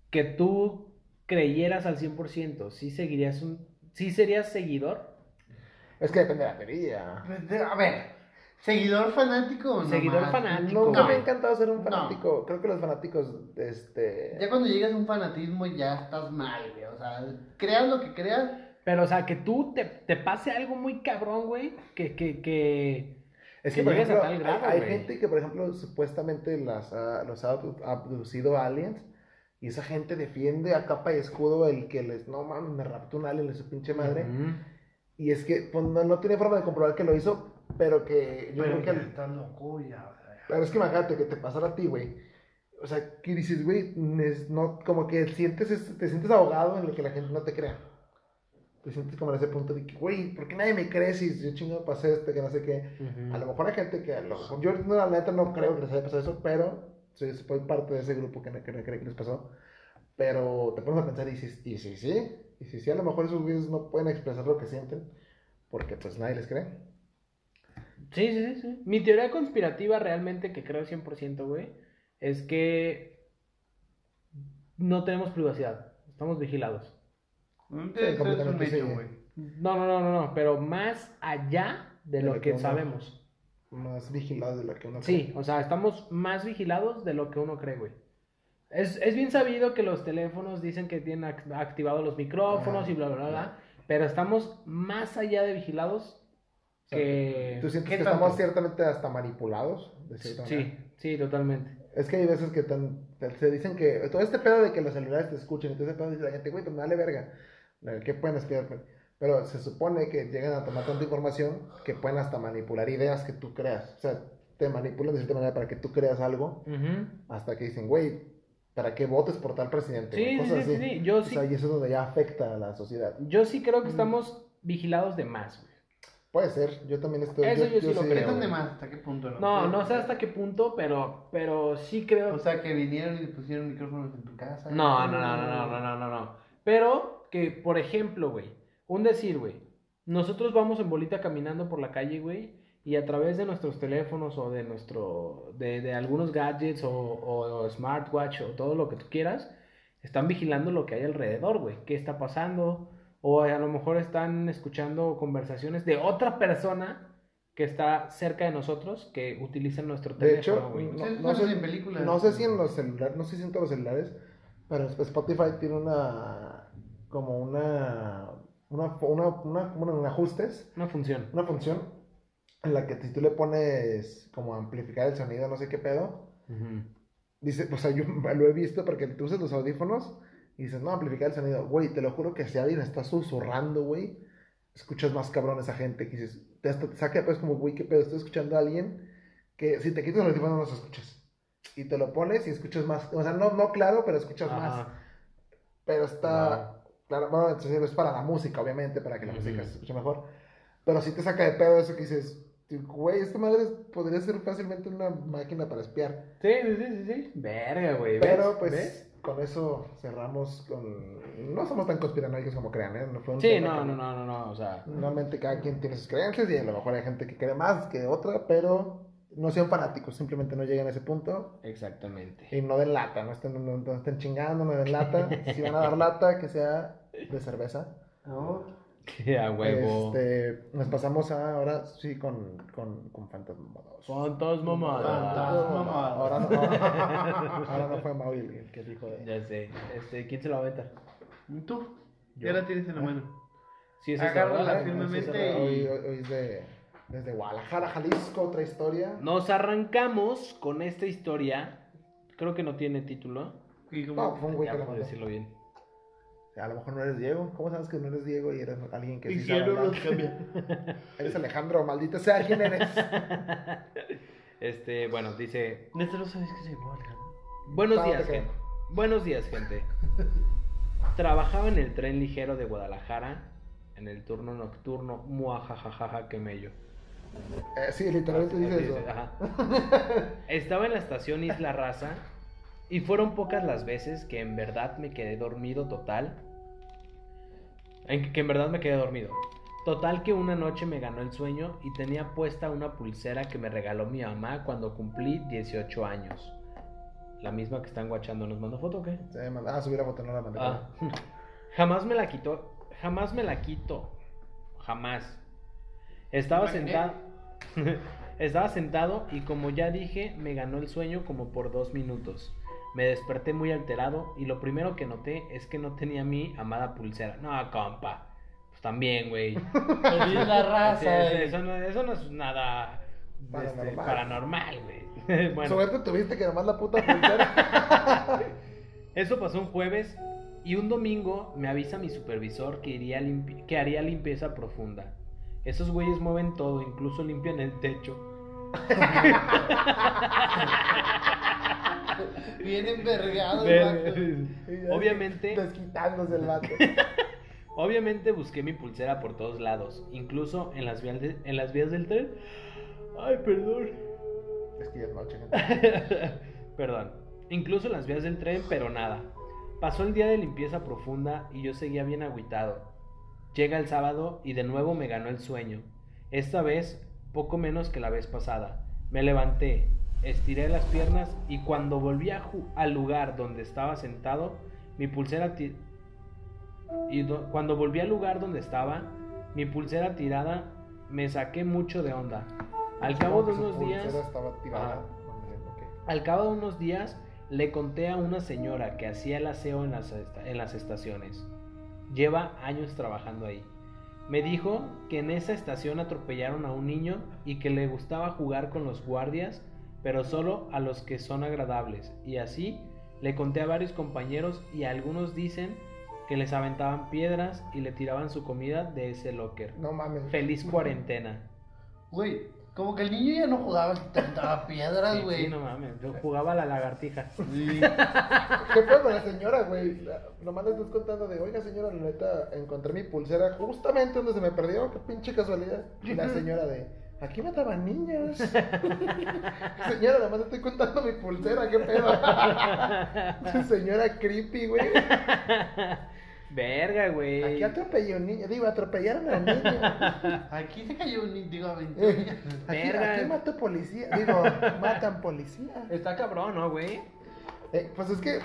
[SPEAKER 2] que tú creyeras al 100%, si seguirías un, si serías seguidor,
[SPEAKER 3] Es que depende de la teoría.
[SPEAKER 1] A ver, seguidor fanático. o no
[SPEAKER 2] Seguidor
[SPEAKER 1] más?
[SPEAKER 2] fanático.
[SPEAKER 3] Nunca
[SPEAKER 1] No.
[SPEAKER 3] me ha encantado ser un
[SPEAKER 1] No.
[SPEAKER 3] fanático. Creo que los fanáticos,
[SPEAKER 1] Ya
[SPEAKER 3] este...
[SPEAKER 1] cuando llegas a un fanatismo ya estás mal, güey. O sea, creas lo que creas.
[SPEAKER 2] pero o sea, que tú te, te pase algo muy cabrón, güey, que, que, que-
[SPEAKER 3] Es
[SPEAKER 2] que
[SPEAKER 3] que, por
[SPEAKER 2] llegues a
[SPEAKER 3] ejemplo,
[SPEAKER 2] tal grado,
[SPEAKER 3] hay, hay
[SPEAKER 2] güey.
[SPEAKER 3] gente que, por ejemplo, supuestamente las ha- los ha abdu- abducido aliens. Y esa gente defiende a capa y escudo el que les... No, mames, me raptó un alien de su pinche madre.
[SPEAKER 2] Ujú.
[SPEAKER 3] Y es que pues, no, no tiene forma de comprobar que lo hizo, pero que yo creo que... al-
[SPEAKER 1] está loco ya. o sea,
[SPEAKER 3] Pero es que imagínate que te pasara a ti, güey. O sea, que dices, güey, nes- no, como que sientes, es- te sientes ahogado en lo que la gente no te crea. Te sientes como en ese punto de que, güey, ¿por qué nadie me cree si yo chingo pasé esto, que no sé qué? A lo mejor hay gente que, a lo mejor, yo no, la neta no creo que les haya pasado eso, pero soy, soy parte de ese grupo que no, que no cree que les pasó. Pero te pones a pensar, y si, y si sí, y si sí, a lo mejor esos güeyes no pueden expresar lo que sienten, porque pues nadie les cree.
[SPEAKER 2] Sí, sí, sí, sí. Mi teoría conspirativa realmente que creo 100%, güey, es que no tenemos privacidad, estamos vigilados.
[SPEAKER 1] Eso es un
[SPEAKER 3] completamente
[SPEAKER 1] hecho,
[SPEAKER 3] sí.
[SPEAKER 1] güey.
[SPEAKER 2] No, no, no, no, no, pero más allá de lo que
[SPEAKER 3] uno-
[SPEAKER 2] sabemos.
[SPEAKER 3] Más vigilados de lo que uno cree.
[SPEAKER 2] Sí, o sea, estamos más vigilados de lo que uno cree, güey. Es, es bien sabido que los teléfonos dicen que tienen ac- activados los micrófonos
[SPEAKER 3] Ajá.
[SPEAKER 2] y bla, bla, bla, bla, pero estamos más allá de vigilados
[SPEAKER 3] sea,
[SPEAKER 2] que...
[SPEAKER 3] ¿Tú sientes
[SPEAKER 1] ¿Qué
[SPEAKER 3] que
[SPEAKER 1] tanto?
[SPEAKER 3] estamos ciertamente hasta manipulados? De cierta
[SPEAKER 2] Sí,
[SPEAKER 3] manera?
[SPEAKER 2] sí, totalmente.
[SPEAKER 3] Es que hay veces que tan- te- se dicen que. Todo este pedo de que los celulares te escuchen, y todo ese pedo dice la gente, güey, pues me vale verga. Eh, ¿Qué pueden espiar? Pero se supone que llegan a tomar tanta información que pueden hasta manipular ideas que tú creas. O sea, te manipulan de cierta manera para que tú creas algo
[SPEAKER 2] Ujú.
[SPEAKER 3] hasta que dicen, güey, ¿para qué votes por tal presidente?
[SPEAKER 2] Sí,
[SPEAKER 3] güey?
[SPEAKER 2] sí, sí,
[SPEAKER 3] Cosas
[SPEAKER 2] sí,
[SPEAKER 3] así.
[SPEAKER 2] sí, yo
[SPEAKER 3] O
[SPEAKER 2] sí
[SPEAKER 3] sea, y eso es donde ya afecta a la sociedad.
[SPEAKER 2] Yo sí creo que estamos vigilados de más, güey.
[SPEAKER 3] Puede ser, yo también estoy.
[SPEAKER 2] Eso yo sí lo
[SPEAKER 1] ¿Qué
[SPEAKER 2] creo,
[SPEAKER 1] tan de
[SPEAKER 2] güey.
[SPEAKER 1] más? ¿Hasta qué punto?
[SPEAKER 2] No, no sé hasta qué punto, pero, pero sí creo.
[SPEAKER 1] O sea, que vinieron y pusieron micrófonos en tu casa.
[SPEAKER 2] no, no, no, no, no, no, no, no, no. Pero que, por ejemplo, güey, un decir, güey, nosotros vamos en bolita caminando por la calle, güey, y a través de nuestros teléfonos o de nuestro, de, de algunos gadgets o, o smartwatch o todo lo que tú quieras, están vigilando lo que hay alrededor, güey, qué está pasando, o a lo mejor están escuchando conversaciones de otra persona que está cerca de nosotros que utiliza nuestro
[SPEAKER 3] De hecho,
[SPEAKER 2] teléfono, güey.
[SPEAKER 1] Sí, eso
[SPEAKER 3] no
[SPEAKER 1] sale
[SPEAKER 3] sé-
[SPEAKER 1] en películas.
[SPEAKER 3] No sé si en los celulares, no sé si en todos los celulares, pero Spotify tiene una como una una una, una- como un ajustes,
[SPEAKER 2] Una función.
[SPEAKER 3] una función en la que si tú le pones como amplificar el sonido, no sé qué pedo, dice, o sea, yo lo he visto porque tú usas los audífonos y dices, "No, amplificar el sonido." Güey, te lo juro que si alguien está susurrando, güey, escuchas más cabrón a esa gente que dices, te hasta te saca pues como, "Güey, qué pedo, estoy escuchando a alguien." Que si te quitas los audífonos no los escuchas. Y te lo pones y escuchas más, o sea, no no claro, pero escuchas más.
[SPEAKER 2] Ajá.
[SPEAKER 3] Pero está. Claro, bueno, entonces es para la música, obviamente, para que la
[SPEAKER 4] Ujú.
[SPEAKER 3] música se escuche mejor. Pero si te saca de pedo eso que dices, güey, esta madre podría ser fácilmente una máquina para espiar.
[SPEAKER 2] Sí, sí, sí, sí, sí. Verga, güey. ¿ves?
[SPEAKER 3] Pero pues
[SPEAKER 2] ¿Ves?
[SPEAKER 3] con eso cerramos con. No somos tan conspiranoicos como crean, ¿eh? No fue un
[SPEAKER 2] Sí,
[SPEAKER 3] tema
[SPEAKER 2] no,
[SPEAKER 3] que-
[SPEAKER 2] no, no, no, no, o sea.
[SPEAKER 3] Normalmente cada quien tiene sus creencias y a lo mejor hay gente que cree más que otra, pero no sean fanáticos, simplemente no lleguen a ese punto.
[SPEAKER 4] Exactamente.
[SPEAKER 3] Y no den lata, no estén, no, no estén chingando, no den lata. Si van a dar lata, que sea de cerveza.
[SPEAKER 1] No.
[SPEAKER 4] Que a huevo.
[SPEAKER 3] Este, nos pasamos a- ahora sí con, con, con fantasmados.
[SPEAKER 4] Fantasma
[SPEAKER 1] Fantasma.
[SPEAKER 3] Ahora, no- ahora- ahora no fue Maui el que dijo de...
[SPEAKER 2] Ya sé. Este, ¿Quién se lo aventa?
[SPEAKER 1] Tú,
[SPEAKER 2] Yo. ¿Eh?
[SPEAKER 1] ya la tienes en la mano.
[SPEAKER 2] Sí, es
[SPEAKER 1] Agarra
[SPEAKER 2] esta,
[SPEAKER 1] la
[SPEAKER 2] ¿verdad?
[SPEAKER 3] Ay, no, sí,
[SPEAKER 1] firmemente
[SPEAKER 3] otra- hoy,
[SPEAKER 1] y-
[SPEAKER 3] hoy- hoy es de, desde Guadalajara, Jalisco, otra historia.
[SPEAKER 2] Nos arrancamos con esta historia. Creo que no tiene título.
[SPEAKER 1] Y
[SPEAKER 3] No,
[SPEAKER 1] como,
[SPEAKER 3] fue un güey
[SPEAKER 2] Ya
[SPEAKER 3] que la
[SPEAKER 2] por
[SPEAKER 3] mandó.
[SPEAKER 2] decirlo bien.
[SPEAKER 3] A lo mejor no eres Diego. ¿Cómo sabes que no eres Diego y eres alguien que
[SPEAKER 1] y
[SPEAKER 3] sí
[SPEAKER 1] si
[SPEAKER 3] sabe
[SPEAKER 1] él no
[SPEAKER 3] hablar?
[SPEAKER 1] los cambia.
[SPEAKER 3] Eres Alejandro, maldita sea, ¿quién eres?
[SPEAKER 2] Este, bueno, dice.
[SPEAKER 1] Neta, no sabes que se llamó Alejandro.
[SPEAKER 2] Buenos
[SPEAKER 3] Estaba
[SPEAKER 2] días,
[SPEAKER 3] de
[SPEAKER 2] gente. Buenos días, gente. Trabajaba en el tren ligero de Guadalajara en el turno nocturno. Muajajajaja, que mello.
[SPEAKER 3] Eh, sí, literalmente
[SPEAKER 2] Así
[SPEAKER 3] dice
[SPEAKER 2] dice,
[SPEAKER 3] eso.
[SPEAKER 2] ajá. Estaba en la estación Isla Raza y fueron pocas las veces que en verdad me quedé dormido total. En que- que en verdad me quedé dormido. Total que una noche me ganó el sueño y tenía puesta una pulsera que me regaló mi mamá cuando cumplí 18 años. La misma que están guachando, ¿nos mandó foto o qué?
[SPEAKER 3] Se me mandaba a subir la foto, no la mandé.
[SPEAKER 2] Ah. Jamás me la quitó. Jamás me la quito. Jamás. Estaba
[SPEAKER 1] Imaginé.
[SPEAKER 2] sentado. Estaba sentado y como ya dije, me ganó el sueño como por dos minutos. Me desperté muy alterado y lo primero que noté es que no tenía mi amada pulsera. No, compa. Pues también, güey.
[SPEAKER 1] Así es la
[SPEAKER 2] Sí,
[SPEAKER 1] raza.
[SPEAKER 2] eso, no, eso no es nada este,
[SPEAKER 3] Paranormal.
[SPEAKER 2] paranormal, güey. Bueno.
[SPEAKER 3] Suerte tuviste que nomás la puta pulsera.
[SPEAKER 2] Eso pasó un jueves y un domingo me avisa mi supervisor que, iría a limpi- que haría limpieza profunda. Esos güeyes mueven todo, incluso limpian el techo.
[SPEAKER 1] Bien envergado el vato.
[SPEAKER 3] Y ya,
[SPEAKER 2] obviamente,
[SPEAKER 3] Desquitándose el vato.
[SPEAKER 2] obviamente busqué mi pulsera por todos lados, incluso en las vías, de- en las vías del tren. Ay, perdón.
[SPEAKER 3] es que ya es noche, gente.
[SPEAKER 2] Perdón. Incluso en las vías del tren, pero nada. Pasó el día de limpieza profunda y yo seguía bien agüitado. Llega el sábado y de nuevo me ganó el sueño. Esta vez, poco menos que la vez pasada. Me levanté, estiré las piernas y cuando volví a ju- al lugar donde estaba sentado, mi pulsera ti- y do- cuando volví al lugar donde estaba, mi pulsera tirada, me saqué mucho de onda.
[SPEAKER 3] Pues
[SPEAKER 2] Al cabo de
[SPEAKER 3] Su
[SPEAKER 2] unos
[SPEAKER 3] pulsera
[SPEAKER 2] días, Ah.
[SPEAKER 3] estaba tirada.
[SPEAKER 2] Ajá.
[SPEAKER 3] Ok.
[SPEAKER 2] al cabo de unos días le conté a una señora que hacía el aseo en las, esta- en las estaciones. Lleva años trabajando ahí. Me dijo que en esa estación atropellaron a un niño y que le gustaba jugar con los guardias, pero solo a los que son agradables. Y así le conté a varios compañeros y algunos dicen que les aventaban piedras y le tiraban su comida de ese locker.
[SPEAKER 3] No mames.
[SPEAKER 2] Feliz cuarentena.
[SPEAKER 1] Güey, como que el niño ya no jugaba, se aventaba piedras,
[SPEAKER 2] Sí,
[SPEAKER 1] güey.
[SPEAKER 2] sí, no mames, yo jugaba a la lagartija.
[SPEAKER 1] Sí.
[SPEAKER 3] ¿Qué pedo con la señora, güey? La- Nomás le estás contando de, oiga, señora, la neta, encontré mi pulsera justamente donde se me perdió. Qué pinche casualidad. Y la señora de, aquí mataban niños. señora, nomás te estoy contando mi pulsera, qué pedo. señora creepy, güey.
[SPEAKER 2] Verga, güey.
[SPEAKER 3] Aquí atropellé a un niño. Digo, atropellaron a un niño.
[SPEAKER 1] Aquí se cayó un niño, digo, aventó.
[SPEAKER 3] Aquí,
[SPEAKER 2] Verga.
[SPEAKER 3] aquí mató policía. Digo, matan policía.
[SPEAKER 2] Está cabrón, ¿no, güey?
[SPEAKER 3] Eh, pues es que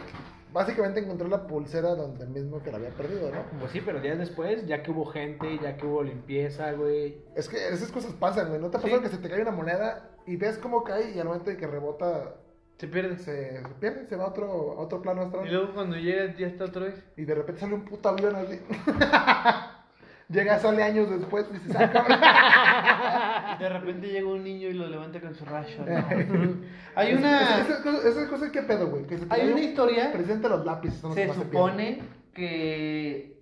[SPEAKER 3] básicamente encontró la pulsera donde mismo que la había perdido, ¿no?
[SPEAKER 2] Pues sí, pero días después, ya que hubo gente, ya que hubo limpieza, güey.
[SPEAKER 3] Es que esas cosas pasan, güey. ¿No te ha pasado que se te cae una moneda y ves cómo cae y al momento de que rebota
[SPEAKER 1] Se pierde.
[SPEAKER 3] se pierde, se va a otro, a otro plano
[SPEAKER 1] Y
[SPEAKER 3] astral?
[SPEAKER 1] luego cuando llega ya está otra vez.
[SPEAKER 3] Y de repente sale un puto avión así. Llega, sale años después y se saca.
[SPEAKER 1] Y de repente llega un niño y lo levanta con su rayo. ¿no? Hay una.
[SPEAKER 3] Esas cosas, esas cosas, ¿qué pedo, güey? Que se te
[SPEAKER 1] Hay
[SPEAKER 3] cae
[SPEAKER 1] una
[SPEAKER 3] un-
[SPEAKER 1] historia.
[SPEAKER 3] Presente los lápices. son los que
[SPEAKER 1] Se
[SPEAKER 3] más pierden.
[SPEAKER 1] supone que.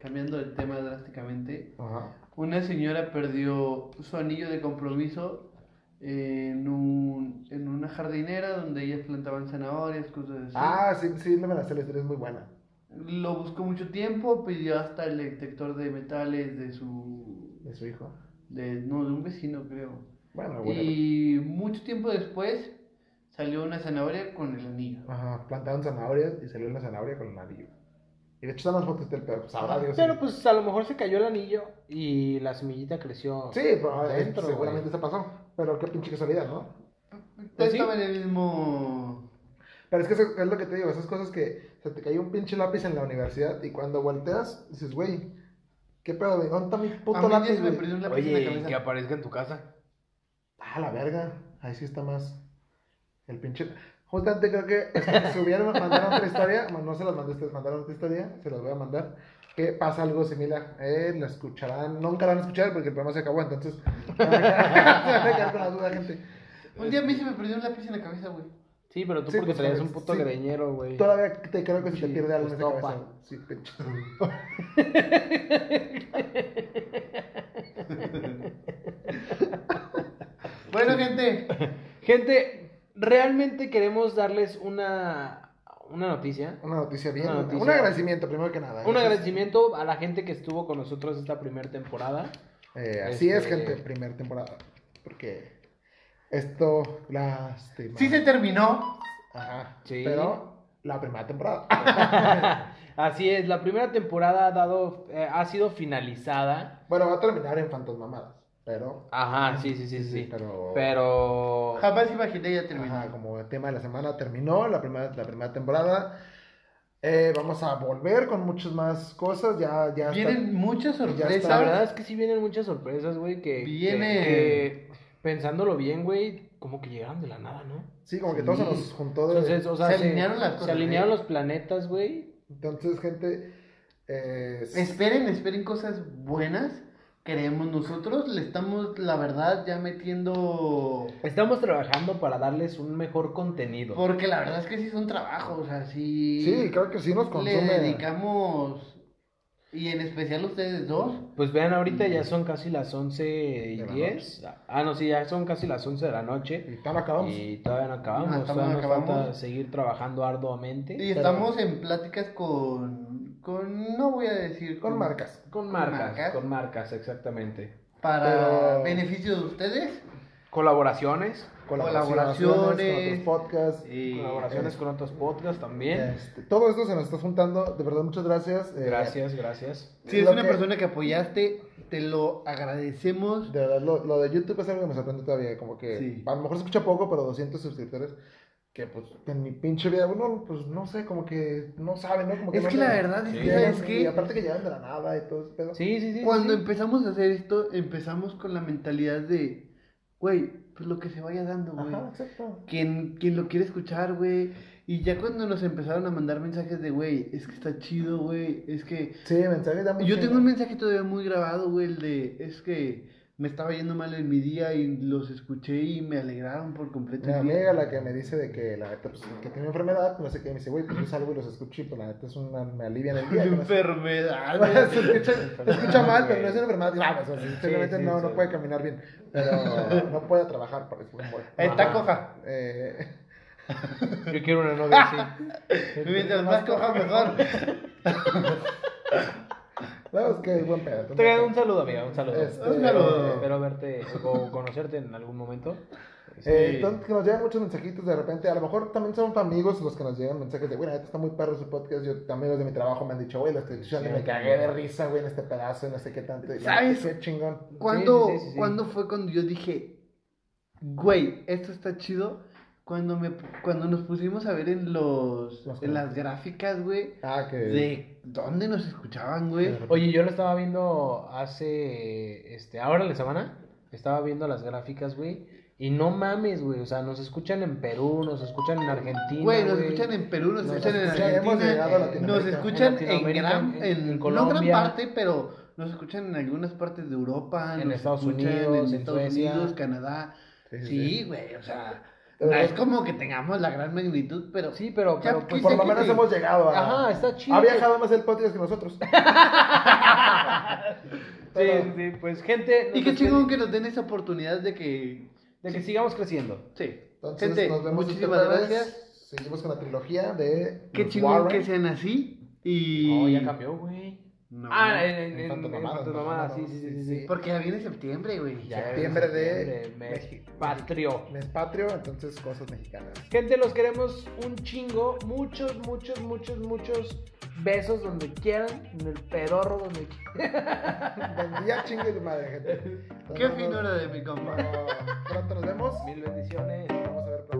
[SPEAKER 1] Cambiando el tema drásticamente.
[SPEAKER 3] Ajá.
[SPEAKER 1] Una señora perdió su anillo de compromiso en, un, en una jardinera donde ellas plantaban zanahorias, cosas así.
[SPEAKER 3] Ah, sí, sí, no me la sé, la historia es muy buena.
[SPEAKER 1] Lo buscó mucho tiempo, pidió hasta el detector de metales de su...
[SPEAKER 3] De su hijo.
[SPEAKER 1] de- no, de un vecino creo.
[SPEAKER 3] Ah, Bueno, güey.
[SPEAKER 1] Y mucho tiempo después salió una zanahoria con el anillo.
[SPEAKER 3] Ajá, plantaron zanahorias y salió una zanahoria con un anillo. Y de hecho están las fotos del pedo, sabrá Dios.
[SPEAKER 2] Pero pues a lo mejor se cayó el anillo y la semillita creció.
[SPEAKER 3] Sí, pero eh,
[SPEAKER 2] Dentro,
[SPEAKER 3] seguramente se pasó. Pero qué pinche casualidad, ¿no?
[SPEAKER 1] Pues
[SPEAKER 5] Pues sí.
[SPEAKER 1] estaba en el mismo.
[SPEAKER 3] Pero es que eso es lo que te digo, esas cosas que se te cayó un pinche lápiz en la universidad y cuando volteas dices, güey, ¿qué pedo, güey? ¿Dónde está mi
[SPEAKER 1] a
[SPEAKER 3] puto
[SPEAKER 1] mí ya se
[SPEAKER 3] lápiz,
[SPEAKER 1] me
[SPEAKER 3] güey?
[SPEAKER 1] perdió un lápiz en la
[SPEAKER 2] Oye, que
[SPEAKER 1] cabeza.
[SPEAKER 2] aparezca en tu casa.
[SPEAKER 3] Ah, la verga, ahí sí está más el pinche... Justamente creo que este, es- subieron, mandaron otra historia, no se las mandé, a ustedes mandaron otra historia, se las voy a mandar, que pasa algo similar. Eh, la escucharán, nunca la van a escuchar porque el programa se acabó, entonces se van a quedar, se van a quedar con la duda, gente.
[SPEAKER 1] Un día a mí se me perdió un lápiz en la cabeza, güey.
[SPEAKER 2] Sí, pero tú
[SPEAKER 3] Sí,
[SPEAKER 2] porque
[SPEAKER 3] pues,
[SPEAKER 2] traías
[SPEAKER 3] sabes,
[SPEAKER 2] un puto
[SPEAKER 3] sí.
[SPEAKER 2] greñero, güey.
[SPEAKER 3] Todavía te creo que se te
[SPEAKER 2] Sí, pues
[SPEAKER 3] pierde algo en esa
[SPEAKER 2] estopa.
[SPEAKER 3] cabeza. güey. Sí, pinche.
[SPEAKER 1] Bueno, gente.
[SPEAKER 2] Gente, realmente queremos darles una, una noticia.
[SPEAKER 3] Una noticia bien.
[SPEAKER 2] Una noticia.
[SPEAKER 3] Un agradecimiento, primero que nada. ¿eh?
[SPEAKER 2] Un
[SPEAKER 3] Gracias.
[SPEAKER 2] agradecimiento a la gente que estuvo con nosotros esta primera temporada.
[SPEAKER 3] Eh, así es,
[SPEAKER 2] Este-
[SPEAKER 3] gente, primera temporada. Porque esto, lástima.
[SPEAKER 1] Sí se terminó.
[SPEAKER 3] Ajá.
[SPEAKER 2] Sí.
[SPEAKER 3] Pero la primera temporada.
[SPEAKER 2] Así es, la primera temporada ha, dado, eh, ha sido finalizada.
[SPEAKER 3] bueno, va a terminar en Fantasmamadas. Pero.
[SPEAKER 2] Ajá, sí, sí, sí, sí.
[SPEAKER 3] Pero.
[SPEAKER 2] Pero...
[SPEAKER 1] Jamás imaginé ya terminó.
[SPEAKER 3] Ajá, como tema de la semana terminó la primera, la primera temporada. Eh, vamos a volver con muchas más cosas. Ya, ya está-
[SPEAKER 1] Vienen muchas
[SPEAKER 3] Ya está,
[SPEAKER 2] La
[SPEAKER 1] sorpresas.
[SPEAKER 2] verdad es que sí vienen muchas sorpresas, güey, que...
[SPEAKER 1] Viene-
[SPEAKER 2] que- que pensándolo bien, güey, como que llegaron de la nada, ¿no?
[SPEAKER 3] Sí, como que todo se
[SPEAKER 1] Sí.
[SPEAKER 3] nos juntó de-
[SPEAKER 2] Entonces, o sea,
[SPEAKER 1] Se alinearon las
[SPEAKER 2] se
[SPEAKER 1] cosas,
[SPEAKER 2] alinearon
[SPEAKER 1] ¿eh?
[SPEAKER 2] los planetas, güey.
[SPEAKER 3] Entonces, gente. eh,
[SPEAKER 1] Esperen, esperen cosas buenas. Creemos nosotros. Le estamos, la verdad, ya metiendo.
[SPEAKER 2] Estamos trabajando para darles un mejor contenido.
[SPEAKER 1] Porque la verdad es que sí son trabajos. O sea, sí.
[SPEAKER 3] sí, creo que sí nos
[SPEAKER 1] Le
[SPEAKER 3] consume.
[SPEAKER 1] dedicamos. Y en especial ustedes dos.
[SPEAKER 2] Pues vean, ahorita ya son casi las 11 y
[SPEAKER 3] Mm. De la
[SPEAKER 2] 10. Ah, no, sí, ya son casi las 11 de la noche.
[SPEAKER 3] Y tal acabamos.
[SPEAKER 2] Y todavía no acabamos.
[SPEAKER 1] No, Ah, estamos-
[SPEAKER 2] todavía nos
[SPEAKER 1] acabamos.
[SPEAKER 2] falta seguir trabajando arduamente.
[SPEAKER 1] Y estamos en pláticas con. con no voy a decir.
[SPEAKER 3] Con marcas.
[SPEAKER 2] Con marcas,
[SPEAKER 1] marcas.
[SPEAKER 2] con marcas, exactamente.
[SPEAKER 1] Para
[SPEAKER 3] Pero-
[SPEAKER 1] beneficio de ustedes.
[SPEAKER 2] Colaboraciones.
[SPEAKER 1] Colaboraciones.
[SPEAKER 3] con otros podcasts.
[SPEAKER 1] Y-
[SPEAKER 2] Colaboraciones con otros podcasts también.
[SPEAKER 3] Este, todo esto se nos está juntando. De verdad, muchas gracias.
[SPEAKER 1] Este,
[SPEAKER 3] Eh,
[SPEAKER 2] Gracias, gracias.
[SPEAKER 1] Si es
[SPEAKER 3] Lo
[SPEAKER 1] una
[SPEAKER 3] que-
[SPEAKER 1] persona que apoyaste, te lo agradecemos.
[SPEAKER 3] De verdad, lo, lo de YouTube es algo que me sorprende todavía. Como que
[SPEAKER 1] Sí.
[SPEAKER 3] a lo mejor se escucha poco, pero 200 suscriptores. Que pues en mi pinche vida, uno, pues no sé, como que no sabe, ¿no? Como
[SPEAKER 1] Es
[SPEAKER 3] no
[SPEAKER 1] que
[SPEAKER 3] le-
[SPEAKER 1] la verdad es
[SPEAKER 2] Sí.
[SPEAKER 1] que,
[SPEAKER 3] llegan,
[SPEAKER 1] ¿sabes
[SPEAKER 3] Y
[SPEAKER 1] qué?
[SPEAKER 3] aparte que llegan de la nada y todo ese pedo.
[SPEAKER 2] Sí, sí, sí.
[SPEAKER 1] Cuando
[SPEAKER 2] sí.
[SPEAKER 1] empezamos a hacer esto, empezamos con la mentalidad de, güey, pues lo que se vaya dando, güey.
[SPEAKER 3] Ajá, exacto.
[SPEAKER 1] Quien, quien lo quiere escuchar, güey. Y ya cuando nos empezaron a mandar mensajes de, güey, es que está chido, güey. Es que...
[SPEAKER 3] Sí, mensajes
[SPEAKER 2] Ah,
[SPEAKER 3] ya muy
[SPEAKER 1] Yo tengo un
[SPEAKER 3] chidos.
[SPEAKER 1] mensaje todavía muy grabado, güey, el de, es que me estaba yendo mal en mi día y los escuché y me alegraron por completo.
[SPEAKER 3] Mi
[SPEAKER 1] el día".
[SPEAKER 3] amiga, la que me dice de que la neta, pues, que tiene enfermedad, no sé qué, me dice, güey, pues yo salgo y los escucho y pues la neta es una, me alivian el día. que no sé
[SPEAKER 1] Enfermedad.
[SPEAKER 3] Se
[SPEAKER 1] güey.
[SPEAKER 3] escucha, se escucha mal, pero no es una enfermedad grave. O sea, simplemente
[SPEAKER 2] sí,
[SPEAKER 3] no,
[SPEAKER 2] sí.
[SPEAKER 3] no puede caminar bien. Pero no puede trabajar por eso.
[SPEAKER 1] Está coja.
[SPEAKER 3] Eh,
[SPEAKER 2] Yo quiero una novia así.
[SPEAKER 1] Mientras más coja, mejor.
[SPEAKER 3] no, es que es buen pedo.
[SPEAKER 2] Te- Un saludo, amiga, un saludo.
[SPEAKER 3] Este,
[SPEAKER 1] Un saludo.
[SPEAKER 2] Espero verte o conocerte en algún momento.
[SPEAKER 3] Eh,
[SPEAKER 1] Sí.
[SPEAKER 3] entonces, que nos llegan muchos mensajitos de repente. A lo mejor también son amigos los que nos llegan mensajes de, güey, la neta está muy perro su podcast. Yo, amigos de mi trabajo me han dicho, güey, lo estoy escuchando y me cagué de risa, güey, en este pedazo, no sé qué tanto. Y la
[SPEAKER 1] ¿Sabes?
[SPEAKER 3] neta, Qué chingón.
[SPEAKER 1] ¿Cuándo,
[SPEAKER 2] Sí, sí, sí, sí.
[SPEAKER 1] cuándo fue cuando yo dije, güey, esto está chido? Cuando, me, cuando nos pusimos a ver en, los,
[SPEAKER 3] Los
[SPEAKER 1] en las gráficas, güey,
[SPEAKER 3] Ah, que.
[SPEAKER 1] de dónde nos escuchaban, güey.
[SPEAKER 2] Oye, yo lo estaba viendo hace, este, ahora en la semana, estaba viendo las gráficas, güey, y no mames, güey, o sea, nos escuchan en Perú, nos escuchan en Argentina,
[SPEAKER 1] Güey, nos escuchan en Perú, nos,
[SPEAKER 2] Nos
[SPEAKER 1] escuchan en
[SPEAKER 3] escuchan- hemos llegado a
[SPEAKER 1] Argentina,
[SPEAKER 3] Latinoamérica.
[SPEAKER 1] nos escuchan
[SPEAKER 2] En
[SPEAKER 1] en gran,
[SPEAKER 2] Latinoamérica, en-
[SPEAKER 1] en,
[SPEAKER 2] en
[SPEAKER 1] no gran
[SPEAKER 2] Colombia.
[SPEAKER 1] parte, pero nos escuchan en algunas partes de Europa,
[SPEAKER 2] En
[SPEAKER 1] nos
[SPEAKER 2] Estados
[SPEAKER 1] escuchan
[SPEAKER 2] Unidos,
[SPEAKER 1] en
[SPEAKER 2] en
[SPEAKER 1] Estados
[SPEAKER 2] Suecia.
[SPEAKER 1] Unidos, Canadá.
[SPEAKER 3] Sí, sí,
[SPEAKER 1] Sí, güey, o sea,
[SPEAKER 3] Pero-
[SPEAKER 1] no es como que tengamos la gran magnitud, pero
[SPEAKER 2] Sí, pero,
[SPEAKER 1] Ya
[SPEAKER 2] pero
[SPEAKER 1] quise
[SPEAKER 2] pues,
[SPEAKER 3] Por lo
[SPEAKER 1] que
[SPEAKER 3] menos
[SPEAKER 1] sí.
[SPEAKER 3] hemos llegado a.
[SPEAKER 2] Ajá, está chido.
[SPEAKER 3] Ha
[SPEAKER 2] que-
[SPEAKER 3] viajado más el podcast que nosotros.
[SPEAKER 2] Sí, sí, pues gente,
[SPEAKER 1] Y
[SPEAKER 2] nos
[SPEAKER 1] qué
[SPEAKER 2] despedimos
[SPEAKER 1] chingón que nos den esa oportunidad de que.
[SPEAKER 2] de que sigamos creciendo.
[SPEAKER 1] Sí.
[SPEAKER 3] Entonces,
[SPEAKER 1] Gente,
[SPEAKER 3] nos vemos
[SPEAKER 1] muchísimas
[SPEAKER 3] esta vez.
[SPEAKER 1] gracias.
[SPEAKER 3] Seguimos con la trilogía de.
[SPEAKER 1] Qué
[SPEAKER 3] los
[SPEAKER 1] chingón
[SPEAKER 3] Warren.
[SPEAKER 1] que sean así. Y.
[SPEAKER 2] No, ya cambió, güey.
[SPEAKER 1] No.
[SPEAKER 2] ah, en, en, en,
[SPEAKER 3] Infanto
[SPEAKER 2] en
[SPEAKER 3] Mamadas,
[SPEAKER 2] Infanto
[SPEAKER 3] ¿no?
[SPEAKER 2] Mamadas,
[SPEAKER 3] No,
[SPEAKER 2] sí,
[SPEAKER 3] no,
[SPEAKER 2] sí,
[SPEAKER 3] sí,
[SPEAKER 2] sí,
[SPEAKER 3] sí.
[SPEAKER 2] sí.
[SPEAKER 1] Porque ya viene septiembre, güey.
[SPEAKER 4] Ya
[SPEAKER 3] septiembre de
[SPEAKER 4] septiembre,
[SPEAKER 3] México.
[SPEAKER 2] Patrio.
[SPEAKER 3] Mes patrio, entonces cosas mexicanas.
[SPEAKER 2] Gente, los queremos un chingo. Muchos, muchos, muchos, muchos besos donde quieran. En el pedorro donde quieran.
[SPEAKER 3] Buen día, chingue tu madre, gente.
[SPEAKER 1] Qué finura de mi compa.
[SPEAKER 3] No, Pronto nos vemos.
[SPEAKER 2] Mil bendiciones.
[SPEAKER 3] Vamos a ver pronto.